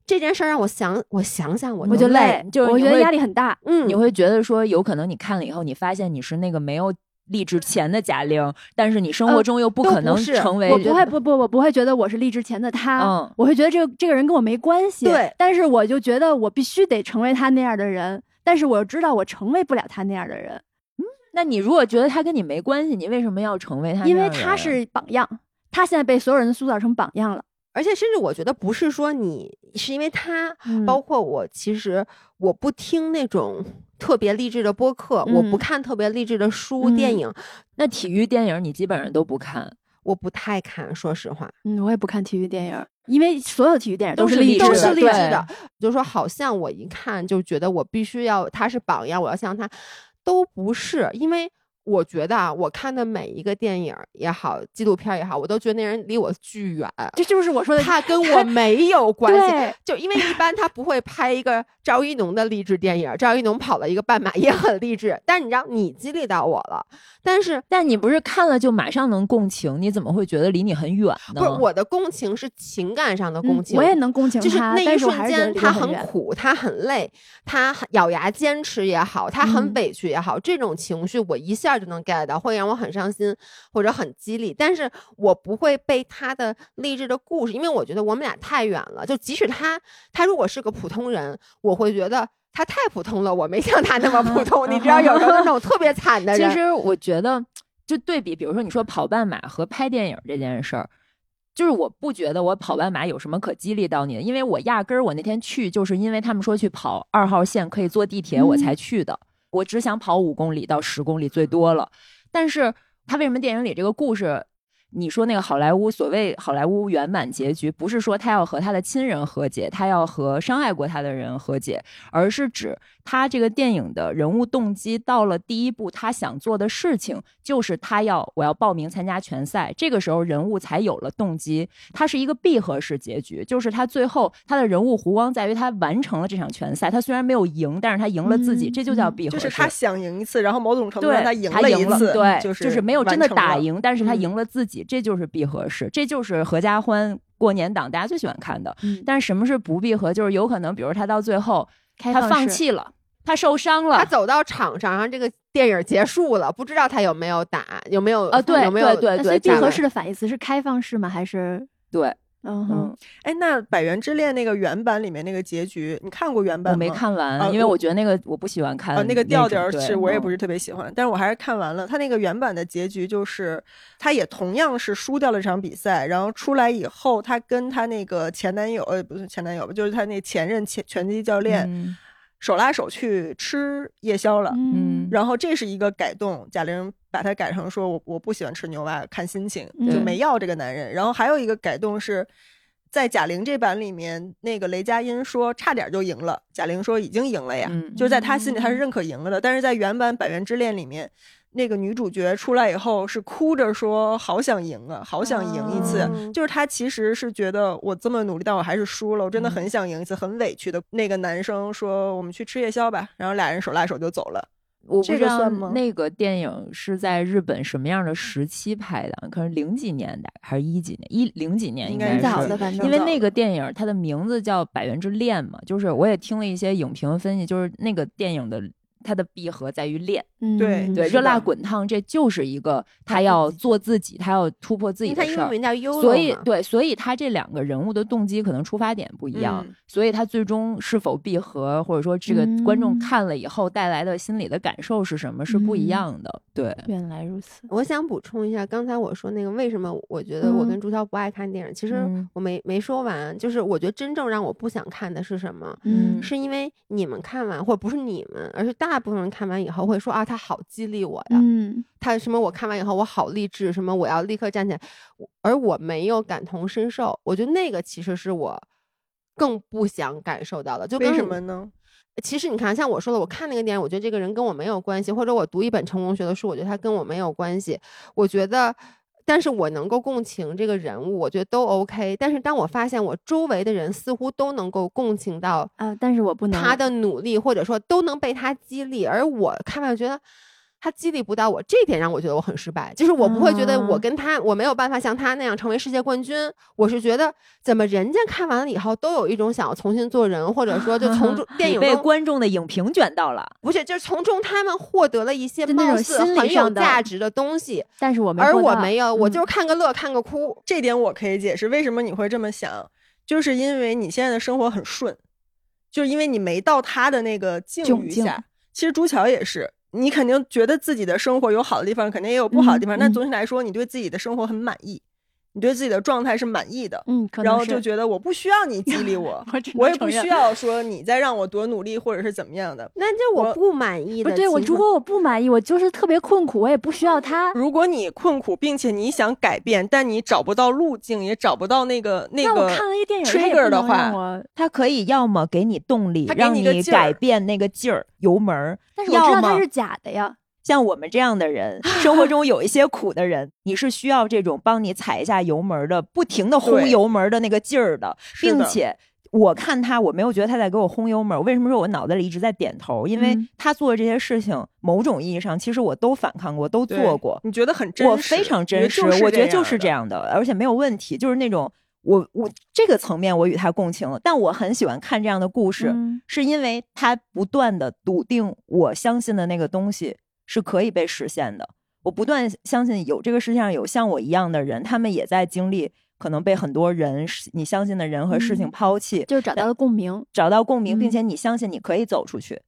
这件事儿让我想，我想想我
我就
能
累
累，就是
我
你
觉得
会
压力很大。
嗯
你会觉得说，有可能你看了以后，你发现你是那个没有励志前的贾玲，但是你生活
呃
中又不
都
可
不
能
是
成为
我不会，不不，我不会觉得我是励志前的他，
嗯
我会觉得这个这个人跟我没关系。
对，
但是我就觉得我必须得成为他那样的人，但是我又知道我成为不了他那样的人，
那你如果觉得他跟你没关系，你为什么要成为他那
因
样的
为
人？
他是榜样，他现在被所有人塑造成榜样了。
而且甚至我觉得不是说你是因为他，
嗯
包括我，其实我不听那种特别励志的播客，我不
嗯
看特别励志的书、电
嗯
影，
那体育电影，你基本上都不看，
我不太看，说实话。
嗯，我也不看体育电影，因为所有体育电影是励
励
志
都
志
是
的
励
对
志的，就说好像我一看就觉得我必须要他是榜样，我要像他，都不是，因为我觉得啊，我看的每一个电影也好，纪录片也好，我都觉得那人离我巨远，
这就是我说的。
他跟我没有关系。
对，
就因为一般他不会拍一个赵一农的励志电影， 赵一农跑了一个半马也很励志，但是你知道你激励到我了，但是
但你不是看了就马上能共情，你怎么会觉得离你很远呢？
不是我的共情是情感上的共
嗯
情，
我也能共情
就是
他，
那一
但是我
瞬
还是觉得
间，
离
他
我很
很
远。
苦，他很累，他很咬牙坚持也好，他很
嗯
委屈也好，这种情绪我一下就能 get 到，会让我很伤心或者很激励。但是我不会被他的励志的故事，因为我觉得我们俩太远了。就即使他，他如果是个普通人，我会觉得他太普通了，我没像他那么 普通。
嗯
你知道，有时候那种特别惨的人，
其实我觉得，就对比，比如说你说跑半马和拍电影这件事儿，就是我不觉得我跑半马有什么可激励到你的，因为我压根儿我那天去就是因为他们说去跑二号线可以坐地铁，我才去的。我只想跑五公里到十公里最多了，但是他为什么电影里这个故事？你说那个好莱坞所谓好莱坞圆满结局，不是说他要和他的亲人和解，他要和伤害过他的人和解，而是指他这个电影的人物动机到了第一步，他想做的事情就是他要我要报名参加拳赛，这个时候人物才有了动机。它是一个闭合式结局，就是他最后他的人物弧光在于他完成了这场拳赛，他虽然没有赢，但是他赢了自己，
嗯
这就叫
嗯
闭合
就
式。
是他想赢一次，然后某种程度
对
上他赢了一次，
对，
就是
没有真的
完成了
打。赢，但是他
嗯
赢了自己，这就是闭合式，这就是合家欢过年档大家最喜欢看的。
嗯
但是什么是不闭合？就是有可能，比如他到最后
开
他
放
放
式
弃了，他受伤了，
他
啊
走到场上，然后这个电影结束了，不知道他有没有打，有没有
啊对
有没有
对
那呃所以闭
对
合式的反义词是开放式吗？还是
对，
嗯
嗯
哼，，
哎，那《百元之恋》那个原版里面那个结局，你看过原版
我
吗？
没看完，
啊
因为
我
我觉得那个我不喜欢看
呃，那个调
种
调儿
对
是我也
嗯
不是特别喜欢，但是我还是看完了。他那个原版的结局就是，他也同样是输掉了这场比赛，然后出来以后，他跟他那个前男友，呃，不是前男友吧，就是他那前任前拳击教练、
嗯
手拉手去吃夜宵了。
嗯，
然后这是一个改动，贾玲把它改成说我我不喜欢吃牛蛙，看心情
嗯
就没要这个男人。然后还有一个改动是。在贾玲这版里面，那个雷佳音说差点就赢了，贾玲说已经赢了呀，
嗯
就是在她心里她是认可赢了的。但是在原版《百元之恋》里面，那个女主角出来以后是哭着说好想赢啊，好想赢一次，
哦
就是她其实是觉得我这么努力，但我还是输了，我
嗯
真的很想赢一次，很委屈的。那个男生说我们去吃夜宵吧，然后俩人手拉手就走了。
我不
这
知
个
道
算吗
那个电影是在日本什么样的时期拍的，可能零几年的还是一几年，一零几年
应
应
该
该
是
挺早
是
的，反正
因为那个电影它的名字叫《百元之恋》嘛，就是我也听了一些影评分析，就是那个电影的它的闭合在于恋，
对
嗯
对，
是的
热辣滚烫这就是一个
他
他要
自己
做自己，他要突破自
因
己
为
的
他英
事
文
儿。
名叫 Yolo，
所以
嘛
对，所以他这两个人物的动机可能出发点不一样，
嗯
所以他最终是否闭合，或者说这个
嗯
观众看了以后带来的心理的感受是什么，是
嗯
不一样的。对，
嗯原来如此，
我想补充一下，刚才我说那个为什么我觉得我跟
嗯
朱涛不爱看电影，其实
嗯
我没没说完，就是我觉得真正让我不想看的是什么？
嗯
是因为你们看完，或者不是你们，而是大部分人看完以后会说啊，他好激励我呀，
嗯
他什么我看完以后我好励志，什么我要立刻站起来，我而我没有感同身受，我觉得那个其实是我更不想感受到的，就跟
为
你
什么呢？
其实你看，像我说的，我看那个电影，我觉得这个人跟我没有关系，或者我读一本成功学的书，我觉得他跟我没有关系。我觉得，但是我能够共情这个人物，我觉得都 OK。但是当我发现我周围的人似乎都能够共情到
啊，但是我不能
他的努力，或者说都能被他激励，而我看完觉得。他激励不到我，这点让我觉得我很失败。就是我不会觉得我跟他，我没有办法像他那样成为世界冠军。我是觉得，怎么人家看完了以后，都有一种想要重新做人，或者说就从中电影
被
中
观众的影评卷到了，
不是，就是从中他们获得了一些
就那种
貌似
心理
很有
上的
价值的东西，
但是我没
而
获
我
到
没有，我
嗯
就是看个乐，看个哭。
这点我可以解释为什么你会这么想，就是因为你现在的生活很顺，就是因为你没到他的那个境
窘
遇
境
下。其实朱桥也是，你肯定觉得自己的生活有好的地方，肯定也有不好的地方，
嗯
但
嗯
总体来说，你对自己的生活很满意，你对自己的状态是满意的，
嗯，可能
然后
是
就觉 得我不需要你激励
，
我
我只能
我也不
承认
需要说你再让我多努力或者是怎么样的。
那这我
我
不满意
不
的
是
情
对
况，
我，如果我不满意，我就是特别困苦，我也不需要他。
如果你困苦，并且你想改变，但你找不到路径，也找不到那个那
那我
个
看了一个电影，他也
trigger 的
不能让
话，
我，
他可以要么给你动力，
他给
让
你一个劲儿
改变那个劲儿、油门儿，
但是我知
要
道他
么
是假的呀。
像我们这样的 人，生活中有一些苦的人，你是需要这种帮你踩一下油门儿的，不停的轰
对
油门儿的那个劲儿的，
是
并
的
且。我看他，我没有觉得他在给我轰油门儿。我为什么说我脑子里一直在点头？因为
嗯
他做的这些事情，某种意义上，其实我都反抗过，都
对
做过。
你觉得很真实，
我非常真实，
你
我觉得就是这
样
样的，而且没有问题，就是那种我我这个层面我与他共情了，但我很喜欢看这样的故事，
嗯
是因为他不断的笃定我相信的那个东西是可以被实现的，我不断相信有这个世界上有像我一样的人，他们也在经历可能被很多人你相信的人和事情
嗯
抛弃，
就是找到了共鸣。
找到共鸣，并
嗯
且你相信你可以走出去，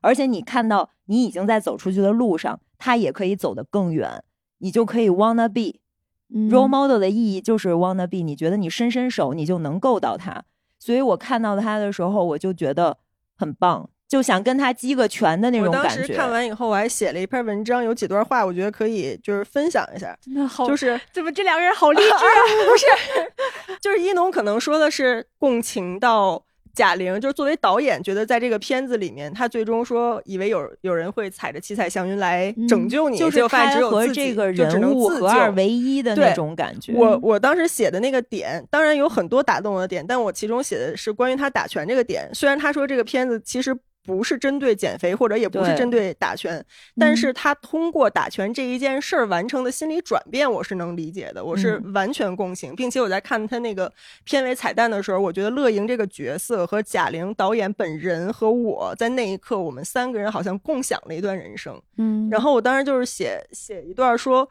而且你看到你已经在走出去的路上，他也可以走得更远，你就可以 wanna be role
嗯
model 的意义就是 wanna be，你觉得你伸伸手你就能够到他，所以我看到他的时候，我就觉得很棒，就想跟他击个拳的那
我
种
当
感
时
觉。
看完以后，我还写了一篇文章，有几段话，我觉得可以就是分享一下。
真的好，
就是
怎么这两个人好励 志啊？
就是一农可能说的是共情到贾玲，就是作为导演，觉得在这个片子里面，他最终说以为有有人会踩着七彩祥云来拯救你，
嗯就
结
是
果发
他
现只有
和
自己
这个
就只
人
能
物
自
合二
救
为一的那
对
种感觉，
我我当时写的那个点，当然有很多打动我的点，但我其中写的是关于他打拳这个点。虽然他说这个片子其实不是针对减肥，或者也不是
对嗯
针对打拳，但是他通过打拳这一件事儿完成的心理转变，我是能理解的，我是
嗯
完全共情，并且我在看他那个片尾彩蛋的时候，我觉得乐莹这个角色和贾玲导演本人和我在那一刻，我们三个人好像共享了一段人生。
嗯，
然后我当时就是写写一段说，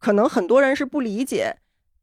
可能很多人是不理解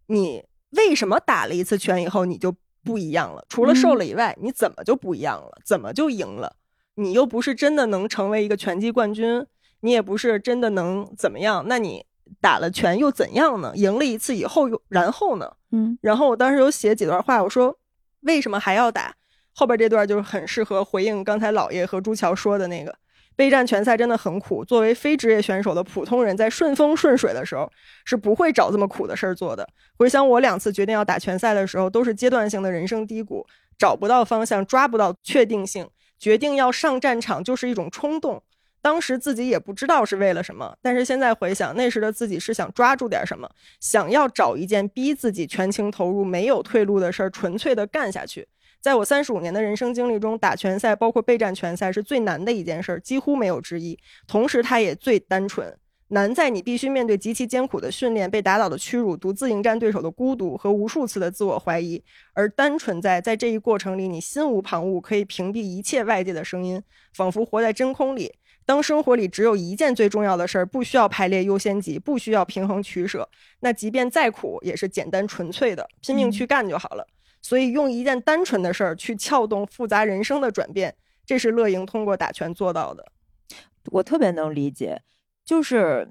你为什么打了一次拳以后你就不一样了，除了瘦了以外，你怎么就不一样了？怎么就赢了？你又不是真的能成为一个拳击冠军，你也不是真的能怎么样？那你打了拳又怎样呢？赢了一次以后又然后呢？
嗯
然后我当时有写几段话，我说为什么还要打？后边这段就是很适合回应刚才老爷和朱桥说的那个。备战拳赛真的很苦，作为非职业选手的普通人，在顺风顺水的时候是不会找这么苦的事儿做的。回想我两次决定要打拳赛的时候，都是阶段性的人生低谷，找不到方向，抓不到确定性，决定要上战场就是一种冲动。当时自己也不知道是为了什么，但是现在回想，那时的自己是想抓住点什么，想要找一件逼自己全情投入、没有退路的事儿，纯粹的干下去。在我三十五年的人生经历中，打拳赛包括备战拳赛是最难的一件事儿，几乎没有之一。同时，它也最单纯，难在你必须面对极其艰苦的训练、被打倒的屈辱、独自迎战对手的孤独和无数次的自我怀疑，而单纯在在这一过程里，你心无旁骛，可以屏蔽一切外界的声音，仿佛活在真空里。当生活里只有一件最重要的事儿，不需要排列优先级，不需要平衡取舍，那即便再苦，也是简单纯粹的，拼命
嗯
去干就好了。所以用一件单纯的事儿去撬动复杂人生的转变，这是乐莹通过打拳做到的。
我特别能理解，就是，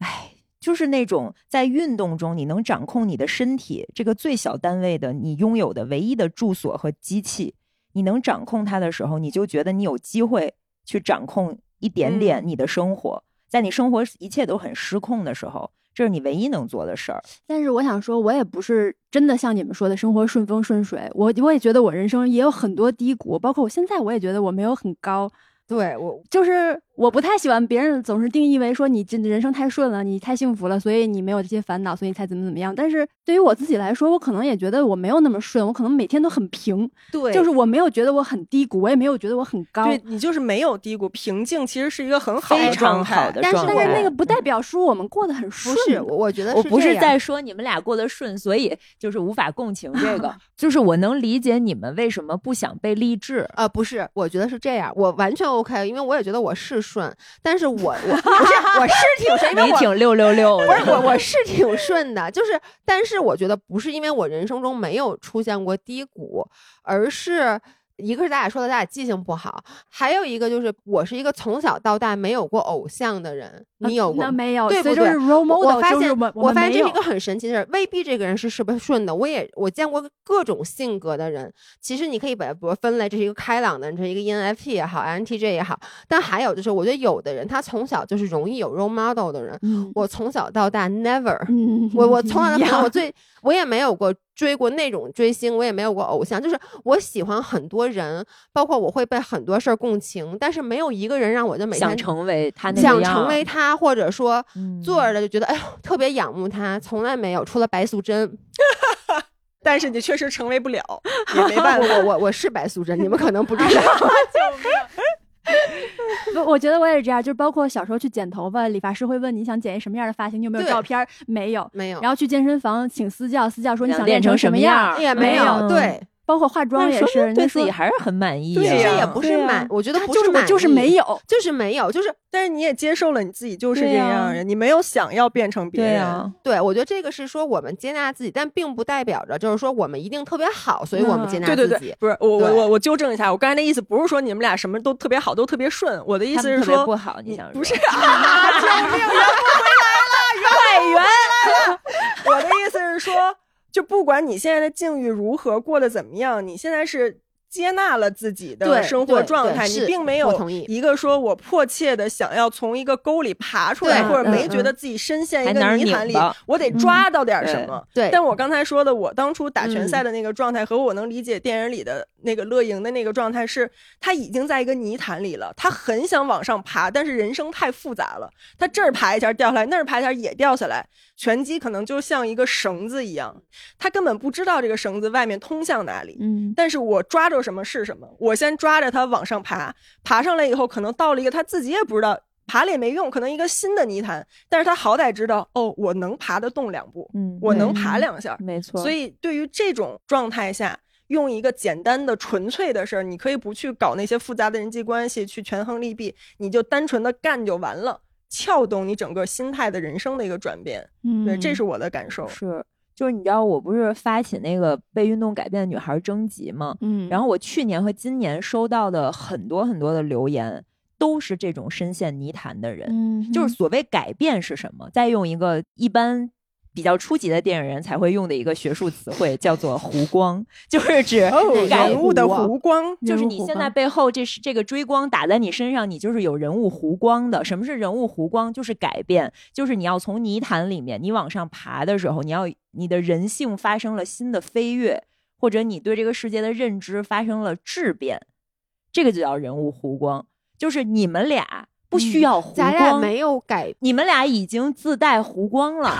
哎，就是那种在运动中你能掌控你的身体这个最小单位的你拥有的唯一的住所和机器，你能掌控它的时候，你就觉得你有机会去掌控一点点你的生活，在你生活一切都很失控的时候，这是你唯一能做的事儿。
但是我想说，我也不是真的像你们说的生活顺风顺水，我我也觉得我人生也有很多低谷，包括我现在我也觉得我没有很高，
对我
就是我不太喜欢别人总是定义为说你真的人生太顺了，你太幸福了，所以你没有这些烦恼，所以才怎么怎么样。但是对于我自己来说，我可能也觉得我没有那么顺，我可能每天都很平，
对
就是我没有觉得我很低谷，我也没有觉得我很高。
对你就是没有低谷，平静其实是一个很好的
非常
状态
好的
但是
状
但
态。
是那个不代表说我们过得很
嗯不
顺，
是，我我觉得
我不
这
是
样
在说你们俩过得顺，所以就是无法共情这个，就是我能理解你们为什么不想被励志。
呃，不是，我觉得是这样，我完全 OK，因为我也觉得我是顺，但是我我 不是 我是挺顺，因为
你
我
挺六六六
不是我
的，
我是挺顺的，就是但是我觉得不是因为我人生中没有出现过低谷，而是。一个是咱俩说的，咱俩记性不好，还有一个就是我是一个从小到大没有过偶像的人，你有过
啊那
吗？
没有，
对
所以
不
就
对
是 role
我
model，
我发
就是
现
我，
我
我
发现
没
这是一
有
个很神奇的事儿，未必这个人是是不顺的。我也我见过各种性格的人，其实你可以把它比如分类，这是一个开朗的人，这是一个 E ENFP 也好，INTJ 也好。但还有就是，我觉得有的人他从小就是容易有 role model 的人，
嗯
我从小到大 never，
嗯，
我我从小到
一样
大我最我也没有过追过那种追星，我也没有过偶像，就是我喜欢很多人，包括我会被很多事儿共情，但是没有一个人让我就每天
想成为他那个
想
样
成为他，或者说。
嗯
坐着就觉得哎呦特别仰慕他，从来没有，除了白素贞，
但是你确实成为不了，也没办
我
法。
我我我是白素贞，你们可能不知道。
不，我觉得我也是这样，就是包括小时候去剪头发，理发师会问你想剪一什么样的发型，你有没有
对
照片儿？没有。
没有，
然后去健身房请私教，私教说你
想
想
练成
什
么
样儿？
儿
也没有，
有
对，
包括化妆
那
也
说
是，
明
人家
对自
说
己还是很满意
对
呀。
其实
呀
也不是
对呀
满，我觉得
他
不
就是我
满
就是
意
没，有。
就是没有，就是
但是你也接受了你自己就是这
对啊
样儿，你没有想要变成别
对
人。
呀，
对我觉得这个是说我们接纳自己，但并不代表着就是说我们一定特别好，所以我们接纳
嗯对对
自
对
己，。
不是我我
对
我我纠正一下，我刚才那意思不是说你们俩什么都特别好，都特别顺，我的意
他
思
们
是
特别
说
不好，你想
不是
说
啊，救命！圆回来了，圆回来了。我的意思是说，就不管你现在的境遇如何，过得怎么样，你现在是。接纳了自己的
对
生活
对
状
对
态，
是
你并没
我
有
同意
一个说我迫切的想要从一个沟里爬出来，
对
或者没
嗯
觉得自己深陷一
还哪
个
儿
泥潭
拧
里
巴，
我得抓到点儿什么。
对
但我刚才说的，我当初打拳
嗯
赛的那个状态和我能理解电影里的那个乐莹的那个状态是，他已经在一个泥潭里了，他很想往上爬，但是人生太复杂了，他这儿爬一下掉下来，那儿爬一下也掉下来。拳击可能就像一个绳子一样，他根本不知道这个绳子外面通向哪里。
嗯，
但是我抓着什么是什么，我先抓着它往上爬，爬上来以后，可能到了一个他自己也不知道，爬了也没用，可能一个新的泥潭，但是他好歹知道，哦，我能爬得动两步，
嗯，
我
对
能爬两下，
没错，
所以对于这种状态下，用一个简单的、纯粹的事儿，你可以不去搞那些复杂的人际关系，去权衡利弊，你就单纯的干就完了，撬动你整个心态的人生的一个转变。
嗯
对，这是我的感受。
嗯是就是你知道我不是发起那个被运动改变的女孩征集吗？
嗯，
然后我去年和今年收到的很多很多的留言，都是这种深陷泥潭的人。
嗯，
就是所谓改变是什么？再用一个一般比较初级的电影人才会用的一个学术词汇，叫做“湖光”，就是指改
哦人物的
啊
弧光，
就是
人物
你
弧
现在
光
背后这是这个追光打在你身上，你就是有人物弧光的。什么是人物弧光？就是改变，就是你要从泥潭里面你往上爬的时候，你要你的人性发生了新的飞跃，或者你对这个世界的认知发生了质变，这个就叫人物弧光。就是你们俩不需要弧
咱俩
光，
没有改，
你们俩已经自带弧光了，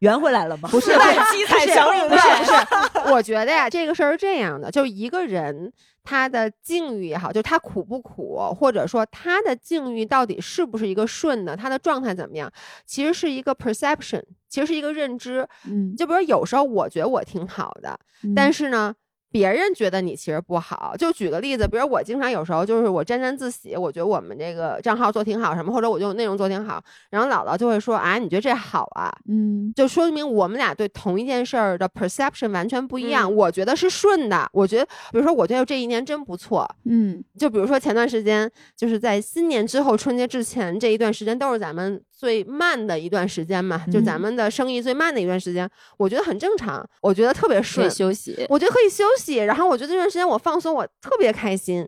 圆回来了吗？不
是
在七彩祥云
不是
外
不是，我觉得呀，这个事儿是这样的，就是一个人他的境遇也好，就是他苦不苦，或者说他的境遇到底是不是一个顺的，他的状态怎么样，其实是一个 perception，其实是一个认知。
嗯，
就比如有时候我觉得我挺好的，但是呢。别人觉得你其实不好，就举个例子，比如我经常有时候就是我沾沾自喜，我觉得我们这个账号做挺好什么，或者我就内容做挺好，然后姥姥就会说啊，你觉得这好啊？
嗯
就说明我们俩对同一件事儿的 perception 完全不一样。
嗯
我觉得是顺的，我觉得，比如说，我觉得这一年真不错。
嗯
就比如说前段时间，就是在新年之后春节之前这一段时间，都是咱们最慢的一段时间嘛，就咱们的生意最慢的一段时间，我觉得很正常，我觉得特别顺，
休息。
我觉得可以休息。然后我觉得这段时间我放松，我特别开心。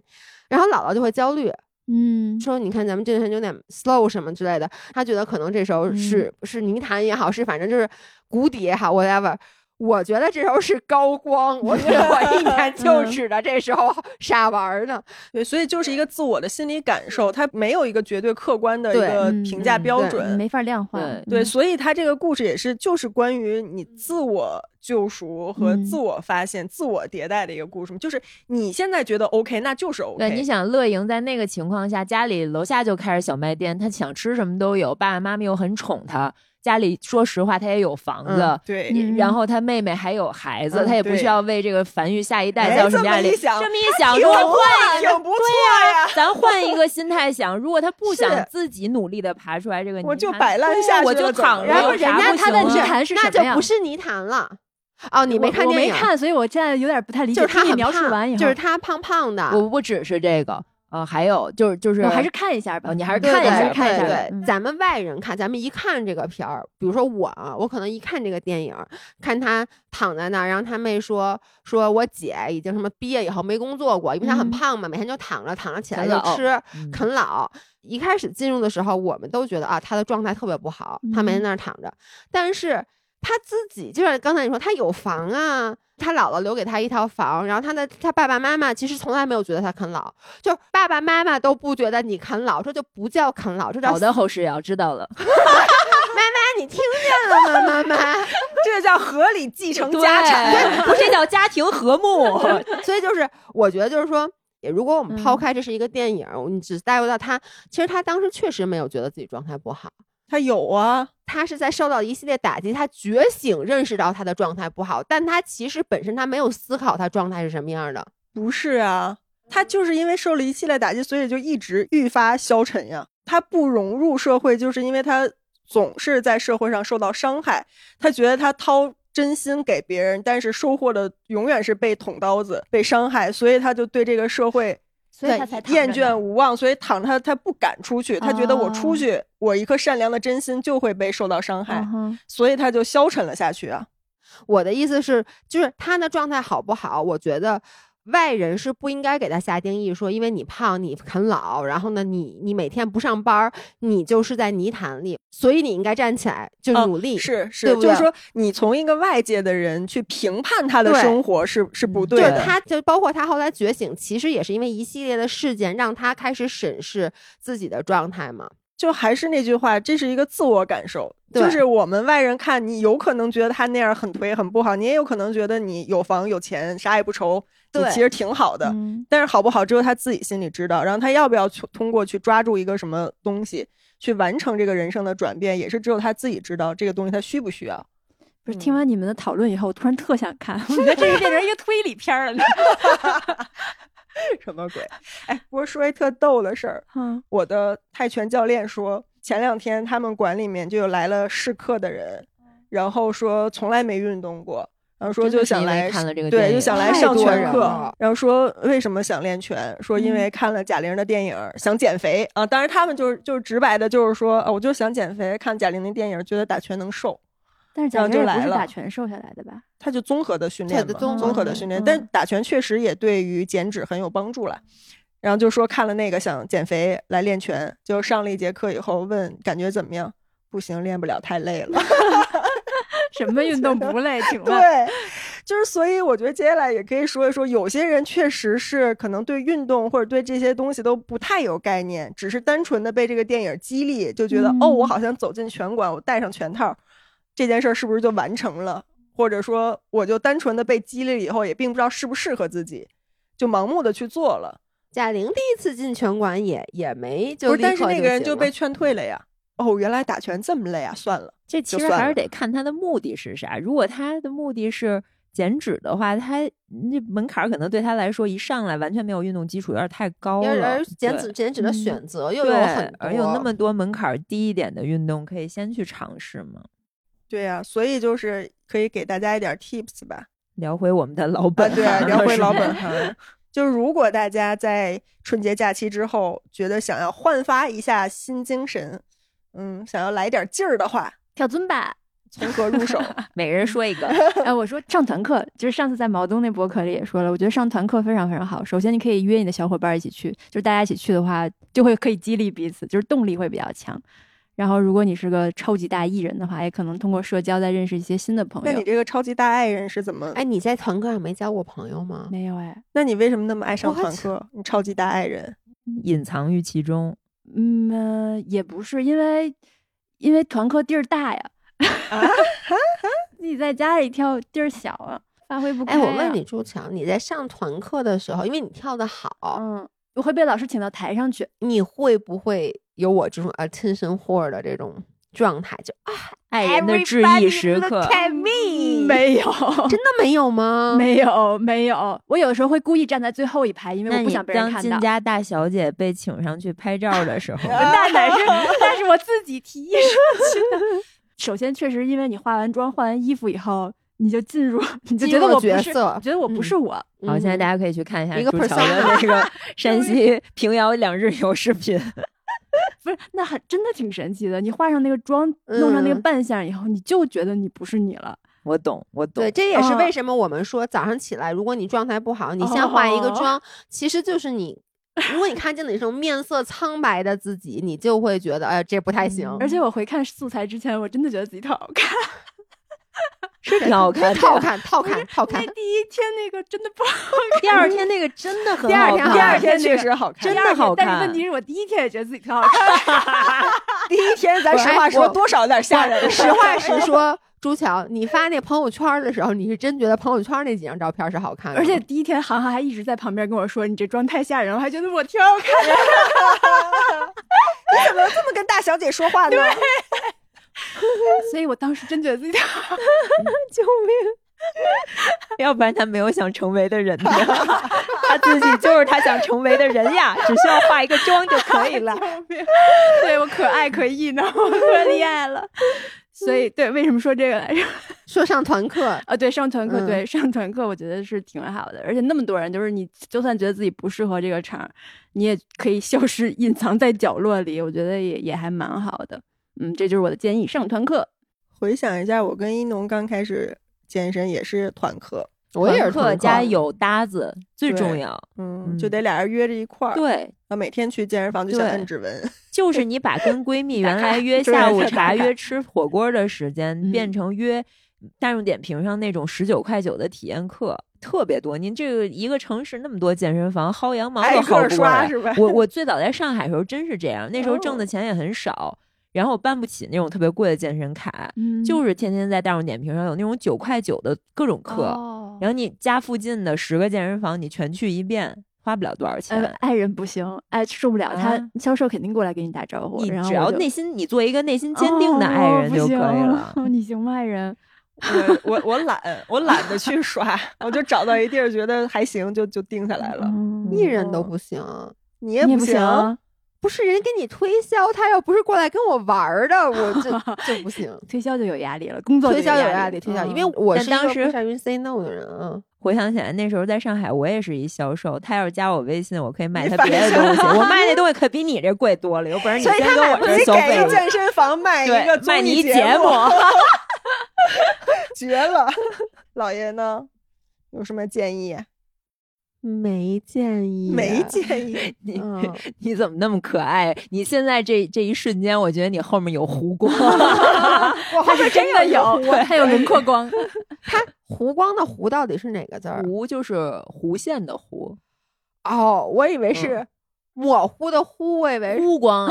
然后姥姥就会焦虑，
嗯，
说你看咱们这段有点 slow 什么之类的，他觉得可能这首是、
嗯
是泥潭也好，是反正就是谷底也好，whatever。我觉得这时候是高光，我觉得 我一年就
嗯
指着这时候傻玩儿呢。
对，所以就是一个自我的心理感受，它没有一个绝对客观的一
对
个
嗯
评价
嗯
标
对
准。
没法量化。
对
对，
嗯
所以他这个故事也是，就是关于你自我救赎和
嗯
自我发现、自我迭代的一个故事嘛。就是你现在觉得 OK，那就是 OK。
对，你想乐莹在那个情况下，家里楼下就开着小卖店，她想吃什么都有，爸爸妈妈又很宠她，家里说实话她也有房子。
嗯
对，
嗯
然后她妹妹还有孩子，
嗯
她也不
对
需要为这个繁育下一代
哎
造成
这么
压力。
一想
这么一想，
挺
如果换
换挺不错呀。
咱换一个心态想，如果她不想
是
自己努力的爬出来这个泥潭，
我就摆烂下去了
我就
怎么
躺着，
办
然
有
后人
啥
家
不
他
行
的
啊
泥潭是
那
什
就
么呀
不？是泥潭了。哦，你没看
我我
电影？
没看，所以我现在有点不太理解。
就是他
听你
很
描述
胖
完以后，
就是他胖胖的。
我不只是这个，呃，还有就是就是，
我还是看一下吧。
哦你还是
对
看一
对
下
对
看一下
对嗯
吧
对咱们外人看，咱们一看这个片儿，比如说我啊，我可能一看这个电影，看他躺在那儿，然后他妹说说我姐已经什么毕业以后没工作过，因为她很
嗯
胖嘛，每天就躺着，躺着起来
啃
就
老
吃，
嗯
啃老。一开始进入的时候，我们都觉得啊，她的状态特别不好，她每天在那儿躺着，但是她自己就像刚才你说，她有房啊。她姥姥留给她一套房，然后她的她爸爸妈妈其实从来没有觉得她啃老，就爸爸妈妈都不觉得你啃老，这就不叫啃老，这叫
好的，侯世瑶知道了。
你听见了吗，妈妈？
这叫合理继承
对，
家产。
不是叫家庭和睦。
所以就是，我觉得就是说，也如果我们抛
嗯
开这是一个电影，你只带入到他，其实他当时确实没有觉得自己状态不好，
他有啊，
他是在受到一系列打击，他觉醒认识到他的状态不好，但他其实本身他没有思考他状态是什么样的。
不是啊，他就是因为受了一系列打击，所以就一直愈发消沉呀。他不融入社会，就是因为他总是在社会上受到伤害。他觉得他掏真心给别人，但是收获的永远是被捅刀子、被伤害，所以他就对这个社会
所以他才躺着
厌
呢
倦无望，所以躺着他他不敢出去。他觉得我出去，我一颗善良的真心就会被受到伤害
哦嗯，哼
所以他就消沉了下去啊。
我的意思是，就是他的状态好不好，我觉得。外人是不应该给他下定义，说因为你胖，你啃老，然后呢，你你每天不上班儿，你就是在泥潭里，所以你应该站起来，就
嗯
努力。
是是，
对不
就是
对
说，你从一个外界的人去评判他的
对
生活是是不对
就是
的。
他，就包括他后来觉醒，其实也是因为一系列的事件让他开始审视自己的状态嘛。
就还是那句话，这是一个自我感受，就
对
是我们外人看你，有可能觉得他那样很颓很不好，你也有可能觉得你有房有钱，啥也不愁，你
对
其实挺好的。
嗯
但是好不好，只有他自己心里知道。然后他要不要去通过去抓住一个什么东西，去完成这个人生的转变，也是只有他自己知道这个东西他需不需要。
不是听完你们的讨论以后，我突然特想看，我觉得这个变成一个推理片儿了。
什么鬼？哎，不过说一特逗的事儿，
嗯
我的泰拳教练说，前两天他们馆里面就有来了试课的人，然后说从来没运动过，然后说
嗯真的
就是
因
想
为
来
看了这个电
对，
影
就想来
太
上
多
拳
人
课
了，
然后说为什么想练拳，说因
嗯
为看了贾玲的电影、想减肥啊，当然他们就是就是直白的，就是说啊，我就想减肥，看贾玲的电影觉得打拳能瘦。
但是
然后
贾玲
就
也
来
不是
了
打拳瘦下来的吧？
他就综合的训练
对
嘛，
综
合
综合的
的
训练，
嗯
但打拳确实也对于减脂很有帮助了。然后就说看了那个想减肥来练拳，就上了一节课以后问感觉怎么样？不行，练不了，太累了。
什么运 动不累？ 请问，
对，就是所以我觉得接下来也可以说一说，有些人确实是可能对运动或者对这些东西都不太有概念，只是单纯的被这个电影激励，就觉得、
嗯
哦，我好像走进拳馆，我戴上拳套，这件事儿是不是就完成了？或者说，我就单纯的被激励了以后，也并不知道适不适合自己，就盲目的去做了。
贾玲第一次进拳馆也也没就
不是，
立
但是
刻
那个人
行
就
了
被劝退了呀。哦，原来打拳这么累啊！算了，
这其
就
实
算
还是
了
得看他的目的是啥。如果他的目的是减脂的话，他那门槛儿可能对他来说一上来完全没有运动基础，有点太高
而
了
而。减
对
脂减
嗯
脂的选择又有
对
很，多，
而有那么多门槛儿低一点的运动可以先去尝试嘛。
对呀、所以就是可以给大家一点 tips 吧。
聊回我们的老
啊，
本
对
行
啊，
了，
聊回
是
老
吧
本行。就是如果大家在春节假期之后觉得想要焕发一下新精神，嗯，想要来点劲儿的话，
跳尊吧，
从何入 手？
每人说一个。
哎，我说上团课，就是上次在毛东那博客里也说了，我觉得上团课非常非常好。首先，你可以约你的小伙伴一起去，就是大家一起去的话，就会可以激励彼此，就是动力会比较强。然后，如果你是个超级大艺人的话，也可能通过社交再认识一些新的朋
那
友
你。这个超级大爱人是怎么？
哎，你在团课上没交过朋友吗？
没有哎，
那你为什么那么爱上
What？
团课？你超级大爱 人，，
隐藏于其中，
嗯，呃也不是因为，因为团课地儿大呀， 自己在家里跳地儿小啊，发挥不开、
哎，我问，你，朱强，你在上团课的时候，因为你跳的好，
嗯，我会被老师请到台上去，
你会不会有我这种 attention whore 的这种状态？就啊，
爱人的致意时刻
Everybody look at me
没有，
真的没有
嗯
吗？
哦没有没有，我有时候会故意站在最后一排，因为
那
我不
你
想被人
当
看
金
到。
家大小姐被请上去拍照的时候
啊
那 哪是那是我自己提议上去的。 首先，确实因为你化完妆、换完衣服以后，你就进入， 你就
进
觉
入
得我不
角
是，
色
你觉得我不是我。
好，现在大
家
家可以去嗯看一下
一个
朱桥的那 个山西平遥两日游视频。
不是，那还真的挺神奇的。你化上那个妆，弄上那个
嗯
扮相以后，你就觉得你不是你了。
我懂，我懂
对，。这也是
嗯
为什么我们说早上起来，如果你状态不好，你先化一个
哦
妆，其实就是你。如果你看见的是面色苍白的自己，你就会觉得，哎呀，这不太行。
嗯
嗯
而且我回看素材之前，我真的觉得自己特 好看。
是挺好看的
套看套看套
那
看，
第一天那个真的不好
第二天那个真的很
第二
好
天
看，
好看
天确实
好
真的好看
但是问题是我第一天也觉得自己特好看。
第一天咱实话
哎
说
我
多少有点吓人。
实话实说，朱乔，你发那朋友圈的时候，你是真觉得朋友圈那几张照片是好看的吗，
而且第一天，航航还一直在旁边跟我说：“你这妆太吓人了。”我还觉得我挺好看的。
你怎么这么跟大小姐说 话呢？
所以我当时真觉得自己特好看。
救命！ 要不然他没有想成为的人 呀，他自己就是他想成为的人呀，只需要化一个妆就可以 了。
对我可爱可艺 呢，我可厉害了。所以，对，为什么说这个来着？
说上团课，
啊，对，上团课，
嗯
对，上团课，我觉得是挺好的。而且那么多人，就是你就算觉得自己不适合这个场儿，你也可以消失，隐藏在角落里。我觉得也也还蛮好的。嗯，这就是我的建议，上团课。
回想一下，我跟一农刚开始健身也是团课，
我也是
课
团
加有搭子最
对
重要。
嗯，
嗯
就得俩人约着一块儿，然
对，
后每天去健身房就想
对
摁指纹。
就是你把跟闺蜜
打
原来
卡
约
对
下午
打
茶、
卡
约吃火锅的时间，
嗯
变成约大众点评上那种十九块九的体验课，特别多。您这个一个城市那么多健身房，薅羊毛
挨
都
个
薅
儿
不过
刷
来
是吧
我我最早在上海的时候真是这样，那时候挣
哦
的钱也很少，然后办不起那种特别贵的健身卡，
嗯
就是天天在大众点评上有那种九块九的各种课，
哦
然后你家附近的十个健身房你全去一遍，花不了多少
呃
钱。，
爱人不行，哎，受不了，
啊
他销售肯定过来给你打招呼，
你
然后
只要
我就
内心，你做一个内心坚定的
哦
爱人
不
就可以
行
了。
你行吗，爱人？
我我我 懒，我懒得去刷，我就找到一地儿觉得还行，就就定下来了。
嗯
一人都不行，
你也
你也
不
不行啊，
不是人给你推销，他又不是过来跟我玩儿的，我就就不行。
推销就有压力了，工作
推销有压
压
力，推销，因
嗯
为我
但
是一个
当时
不善于 say no 的人啊。
回想起来，那时候在上海，我也是一销售。他要是加我微信，我可以卖
你
他
反
别的
向
东西。 我卖那东西可比你这贵多了，有本事你
所以
先
他
跟
买
我
不
这
起
儿消
给
费
一
去。
健身房卖一个
对，卖
综
你
艺
一
节
目，
绝了！ 老爷呢？有什么建议？啊
没建议，啊
没 建议。
你
嗯，
你怎么那么可爱？你现在这这一瞬间，我觉得你后面有 弧光，
我后面
真的有，还有轮廓光，
湖光的湖到底是哪个字儿？
弧就是弧线的弧，
哦，我以为是模糊的糊，我以
哎
为是，
弧光啊，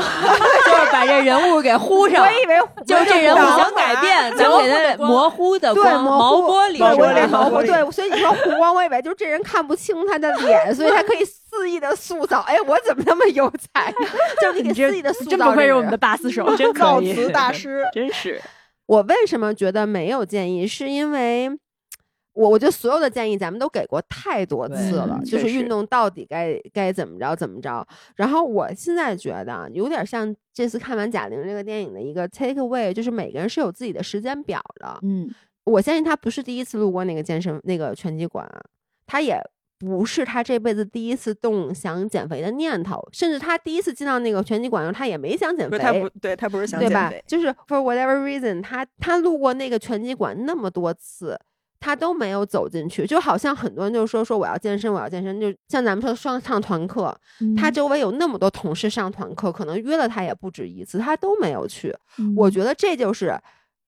就是把这人物给糊上
我。以为糊
就这人物
光
想改变，咱们给他模糊的
对
呃光，
模
毛
糊
玻璃
毛
是
玻
吧
璃毛
模糊
玻璃
对，所以你说湖光，我以为就是这人看不清他的脸，所以他可以肆意的塑造。哎，我怎么那么有才？ 就是你给肆意的塑造。
真不愧是我们的。八四手，
真
造
可以，
词大师，
真是。
我为什么觉得没有建议？是因为我我觉得所有的建议咱们都给过太多次
对
了，
嗯
就是
确实
运动到底该该怎么着怎么着。然后我现在觉得啊有点像这次看完贾玲这个电影的一个 take away，就是每个人是有自己的时间表的。
嗯，
我相信他不是第一次路过那个健身那个拳击馆，他也不是她这辈子第一次动想减肥的念头，甚至她第一次进到那个拳击馆时候，她也没想减
不
肥
是，他不对，他不是想
对
减
吧
肥？，
就是 for whatever reason，她她路过那个拳击馆那么多次。她都没有走进去，就好像很多人就说说我要健身，我要健身，就像咱们说上上团课，她
嗯
周围有那么多同事上团课，可能约了她也不止一次，她都没有去。我觉得这就是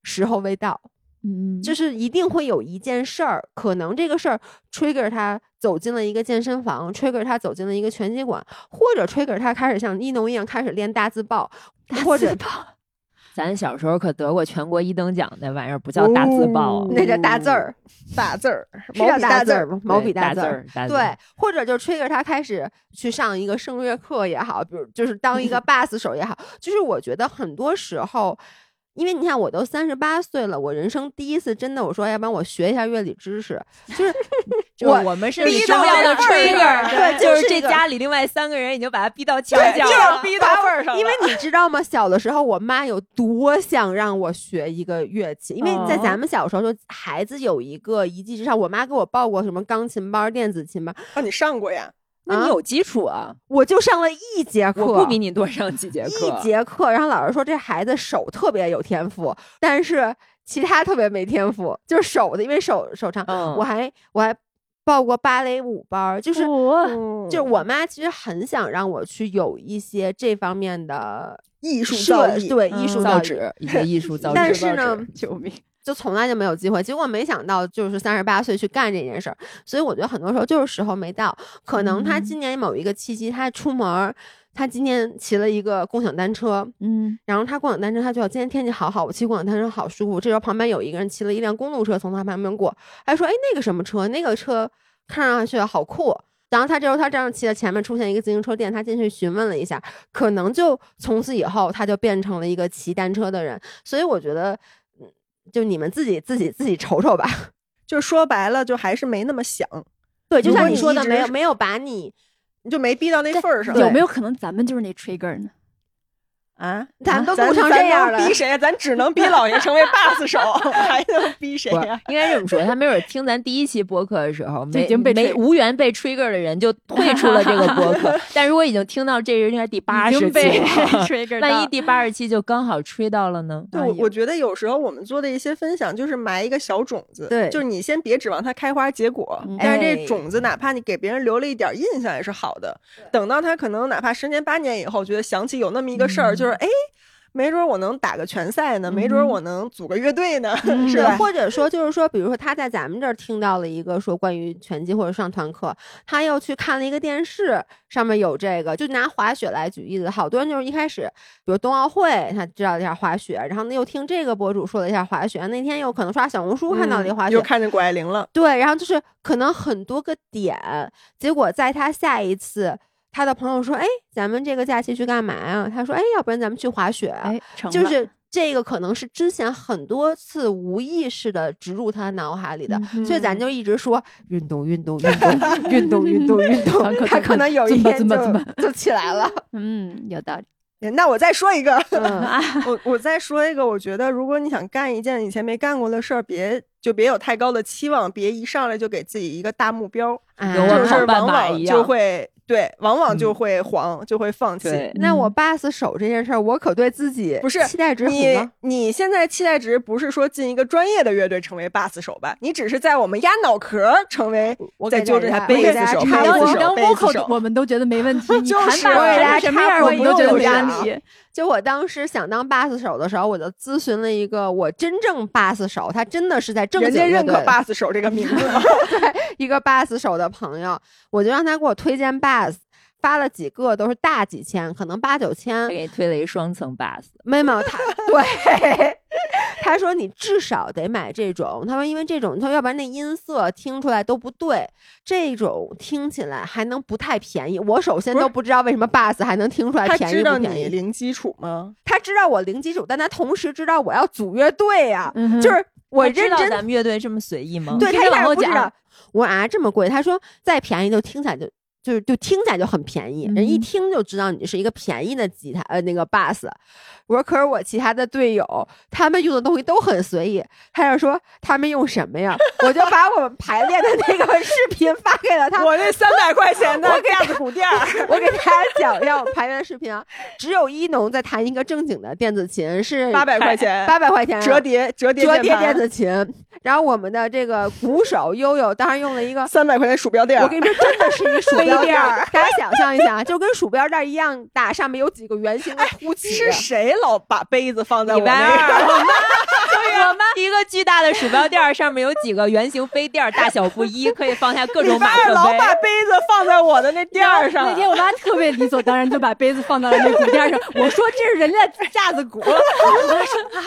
时候未到，
嗯，
就是是一定会有一件事儿，可能这个事儿 trigger 他走进了一个健身房，trigger 他走进了一个拳击馆，或者 trigger 他开始像一农一样开始练大字报，或者
咱小时候可得过全国一等奖，那玩意儿不叫大字报，
哦
那叫大字儿，
大字儿，
是
毛
叫
笔大
字
字
儿
儿，
吗？
对
毛笔
大
字儿。
儿，嗯大字
对
儿，
或者就 trigger 他开始去上一个声乐课也好，比如就是当一个 bass 手也好，就是我觉得很多时候，因为你看我都三十八岁了，我人生第一次真的我说，要不然我学一下乐理知识，就是
就我们是
逼
重
到
要
那
的
份儿
trigger，
上对
就
就是
这
这个
家里另外三个人已经把他逼到墙
对，
角
就是
了。
逼到份儿上了，
因为你知道吗？小的时候，我妈有多想让我学一个乐器，因为在
哦
咱们小时候，就孩子有一个一技之长。我妈给我报过什么钢琴班、电子琴班，
哦，你上过呀？
那你有基础啊？
我就上了一节课，
我不比你多上几节课，
一节课。然后老师说这孩子手特别有天赋，但是其他特别没天赋，就是手的，因为手手长。
嗯，
我还我还报过芭蕾舞班，就是。
哦
我
就是我妈其实很想让我去有一些这方面的
艺术
设
造诣，
对艺术造
造
诣，
纸，一些艺术造纸，
但是呢，
救命！
就从来就没有机会。结果没想到，就是三十八岁去干这件事儿，所以我觉得很多时候就是时候没到。可能他今年某一个契机，他出门儿，他今天骑了一个共享单车，
嗯
然后他共享单车，他觉得今天天气好好，我骑共享单车好舒服。这时候旁边有一个人骑了一辆公路车从他旁边过，还说：“哎，那个什么车，那个车看上去好酷。”然后他这时候他这样骑到前面出现一个自行车店，他进去询问了一下，可能就从此以后他就变成了一个骑单车的人。所以我觉得，嗯就你们自己自己自己瞅瞅吧。
就说白了，就还是没那么想，
对，就
如果
像你
你
说
一
的，
直
没有
是
没有把你，
你就没逼到那份儿上
有没有可能咱们就是那 trigger 呢？
啊？
咱们都
咱
录成
咱
这
能
样了
逼谁呀？咱只能逼老爷成为 boss 手， 还能逼谁
不是
呀？
应该这么说，他没准听咱第一期播客的时候，
就
没
已经被
没
trigger
无缘被 trigger 的人就退出了这个播客。但如果已经听到这是应该第八
已
十
经
期
被
了，
trigger
万一
到
第八十期就刚好吹到了呢？
对，
哎
我
呦
我觉得有时候我们做的一些分享，就是埋一个小种子，
对
就是你先别指望它开花结果
嗯，
但是
哎
这种子哪怕你给别人留了一点印象也是好的。等到他可能哪怕十年八年以后，觉得想起有那么一个事儿，
嗯
就是哎，没准我能打个拳赛呢，没准我能组个乐队呢，是
嗯对，
吧？
或者说就是说，比如说他在咱们这儿听到了一个说关于拳击或者上团课，他又去看了一个电视，上面有这个，就拿滑雪来举例子，好多人就是一开始，比如冬奥会，他知道一下滑雪，然后呢又听这个博主说了一下滑雪，那天又可能刷小红书看到了一个滑
嗯
雪，
又看见谷爱凌了，
对，然后就是可能很多个点，结果在他下一次，他的朋友说，哎，咱们这个假期去干嘛呀？他说，哎，要不然咱们去滑雪啊？
哎，成
就
了
是这个可能是之前很多次无意识的植入他脑海里的，
嗯
所以咱就一直说运动运动运动运动运动 运动，
可
他
怎
可
么
能有
怎
一
么
天
怎么怎么
就就起来了。
嗯，有道理。
那我再说一 个，
嗯，
我我再说一个，我觉得如果你想干一件以前没干过的事儿，别就别有太高的期望，别一上来就给自己一个大目标，
有
这
哎
我
种
们
事
好
儿
办
往
法
往
一
就
样
会对，往往就
嗯
会黄，就会放弃
对。
那我 pass 手这件事儿，我可对自己
嗯不是
期待值很
你
高。
你现在期待值不是说进一个专业的乐队成为 bass 手吧？你只是在我们压脑壳儿成为
我
再
给
揪
大
着他
家啊
背
我给
子
大家
手
你
插
背
当
子
播
你
手
当
背子手
vocal，的我们都觉得没问题。你
就
弹
是我
把
给
我
大
家
什么
插
样，
播
我
一
也
个
都有
就
压
行
力。
就我当时想当 bass 手的时候，我就咨询了一个我真正 bass 手，他真的是在正
人
经
家
乐
认可
队
bass 手这个名 字吗？
一个 bass 手的朋友，我就让他给我推荐 bass，发了几个都是大几千，可能八九千
他。
哎
给你推了一双层 bus，
妹妹，他 对他说你至少得买这种，他说因为这种，他说要不然那音色听出来都不对，这种听起来还能不太便宜。我首先
不是
都不知道为什么 bass 还能听出来
他
便
知
宜
道
不
你
便宜。
零基础吗？
他知道我零基础，但他同时知道我要组乐队呀、
嗯哼
就是我
他知
认
道
真
咱们乐队这么随意吗？
对
你
他
接
一
着往
开 始
后
不知
讲
道，我说啊这么贵，他说再便宜就听起来就就是就听起来就很便宜，人一
嗯
听就知道你是一个便宜的吉他呃那个 bass。我说可是我其他的队友他们用的东西都很随意，他就说他们用什么呀？ 我就把我们排练的那个视频发给了他，
我那三百块钱的架 子鼓垫儿，
我给大家讲一下我排练的视频啊，只有一农在弹一个正经的电子琴，是
八百块钱，
哎
八百块钱啊
折叠折叠
折叠
盘
电子琴，然后我们的这个鼓手悠悠当然用了一个
三百块钱鼠标垫儿，
我跟你说，真的是一个鼠标
杯
垫
垫
儿
儿，
大家想象一下，就跟鼠标垫儿一样大，上面有几个圆形 的凸起。
是谁老把杯子放在
礼
我
拜
那
二，
个？
我妈，我妈一个巨大的鼠标垫儿，上面有几个圆形杯垫儿，大小不一，可以放下各
礼
种
拜
马
二
克
老把
杯。
杯子放在我的那垫儿上，
那天我妈特别理所当然就把杯子放到了那鼓垫上，我说这是人家的架子 鼓，我妈说啊，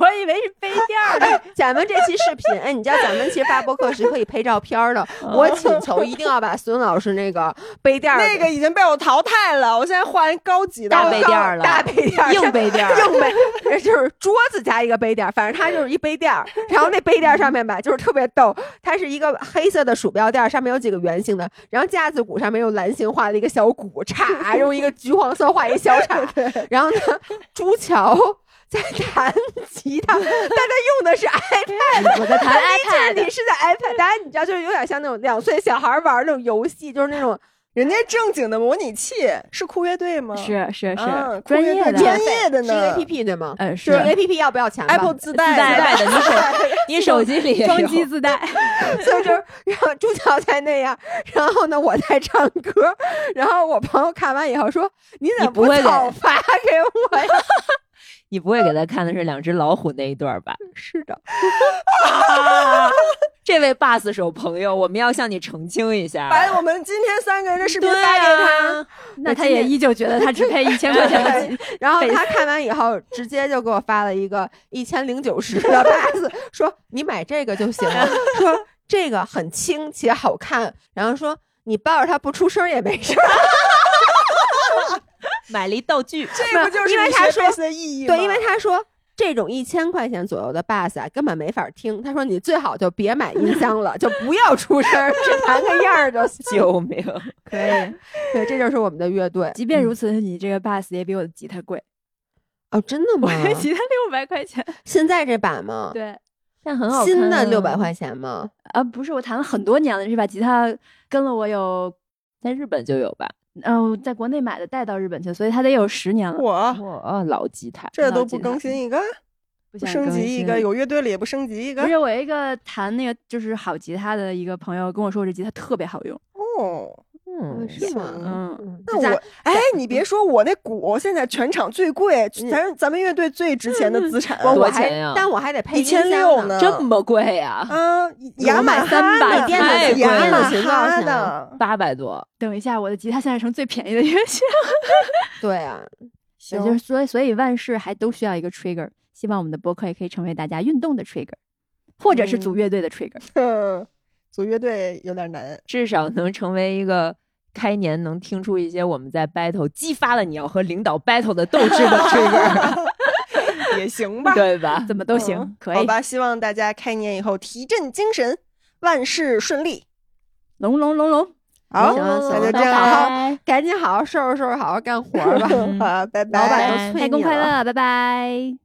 我以为是杯垫儿呢。
哎，咱们这期视频，哎，你知道咱们其实发播客是可以配照片儿 的。我请求一定要把孙老师那个杯垫儿
那个已经被我淘汰了，我现在换高级的
大杯垫儿了
大杯垫儿、
硬杯垫 儿
硬杯，就是桌子加一个杯垫儿，反正它就是一杯垫 儿。然后那杯垫儿上面吧，就是特别逗，它是一个黑色的鼠标垫儿，上面有几个圆形的，然后架子鼓上面用蓝形画了一个小鼓，叉用一个橘黄色画一小叉， 然后呢，朱乔。在弹吉他，但他用 的是 iPad，
我在 弹
这里是在 iPad，大家你知道，就是有点像那种两岁小孩玩儿那种游戏，就是那种
人家正经的模拟器是酷乐队吗？
是是是
嗯，
专
酷乐
业
队专
的，
业的
是一个
呢
APP 对吗？
嗯
是
是
一个 APP 要不要钱吧
，Apple 自带
自带的，你手你手机里也有
装机自带，
所 以就是让朱乔在那样，然后呢我在唱歌，然后我朋友看完以后说：“你怎么
你不会
早发给我呀
你不会给他看的是两只老虎那一段儿吧？？”
是的，
这位 bus 手朋友，我们要向你澄清一下。
哎把我们今天三个人的视频
对
发给他。
啊，
那他也依旧觉得他只配一千块钱的吉
然后他看完以后，直接就给我发了一个一千零九 十的 pass，说：“你买这个就行了，说这个很轻且好看，然后说你抱着它不出声也没事儿。”
买了一道具，
这不就是
因为
你
他
学
说
bass 的意义吗？
对，因为他说这种一千块钱左右的 bass 啊，根本没法听。他说你最好就别买音箱了，就不要出声儿，只弹个样儿 就行。
救命！
可以。
对，这就是我们的乐队。
即便如此，你这个 bass 也比我的吉他贵，
哦，真的吗
我？的 吉他六百块钱。
现在这版吗？
对，
但很好看啊嗯
新的六百，块钱吗？
啊，不是，我弹了很多年了，这把吉他跟了我有，
在日本就有吧？
嗯、在国内买的，带到日本去，所以它得有十年了。
我
哇，哦老吉他，
这都不更新一个，不
不想
升
更
级一
新
个，有乐队了也不升级一个
不。是我有一个弹那个就是好吉他的一个朋友跟我说，我这吉他特别好用。
哦，
嗯，
是吗？
嗯，
嗯，
那
咱
我哎，你别说，我那鼓现在全场最贵，
嗯
咱咱们乐队最值钱的资产，
嗯嗯
我
多
还
钱呀
但我还得配
一
音箱
千六呢，
这么贵呀？
啊，雅
我买
马
三
哈
把
的哎
电
子琴
雅
电
马
子
琴多少
哈
钱
的，
八百多，
等一下，我的吉他现在成最便宜的乐器
对啊，
了，就是所以所以万事还都需要一个 trigger。希望我们的播客也可以成为大家运动的 trigger，或者是组乐队的 trigger。
嗯， 组乐队有点难。
至少能成为一个开年能听出一些我们在 battle 激发了你要和领导 battle 的斗志 的 trigger，
也行吧，
对吧？
怎么都行，
嗯
可
好
以。
吧，希望大家开年以后提振精神，万事顺利。
龙龙龙龙，
好，
行行
那就这样
拜拜
了哈，
拜，
赶紧好好收拾收拾，好好干活儿吧。
嗯
好，拜拜。
老
拜拜
板都催
开
你
工快
了。
乐，拜拜。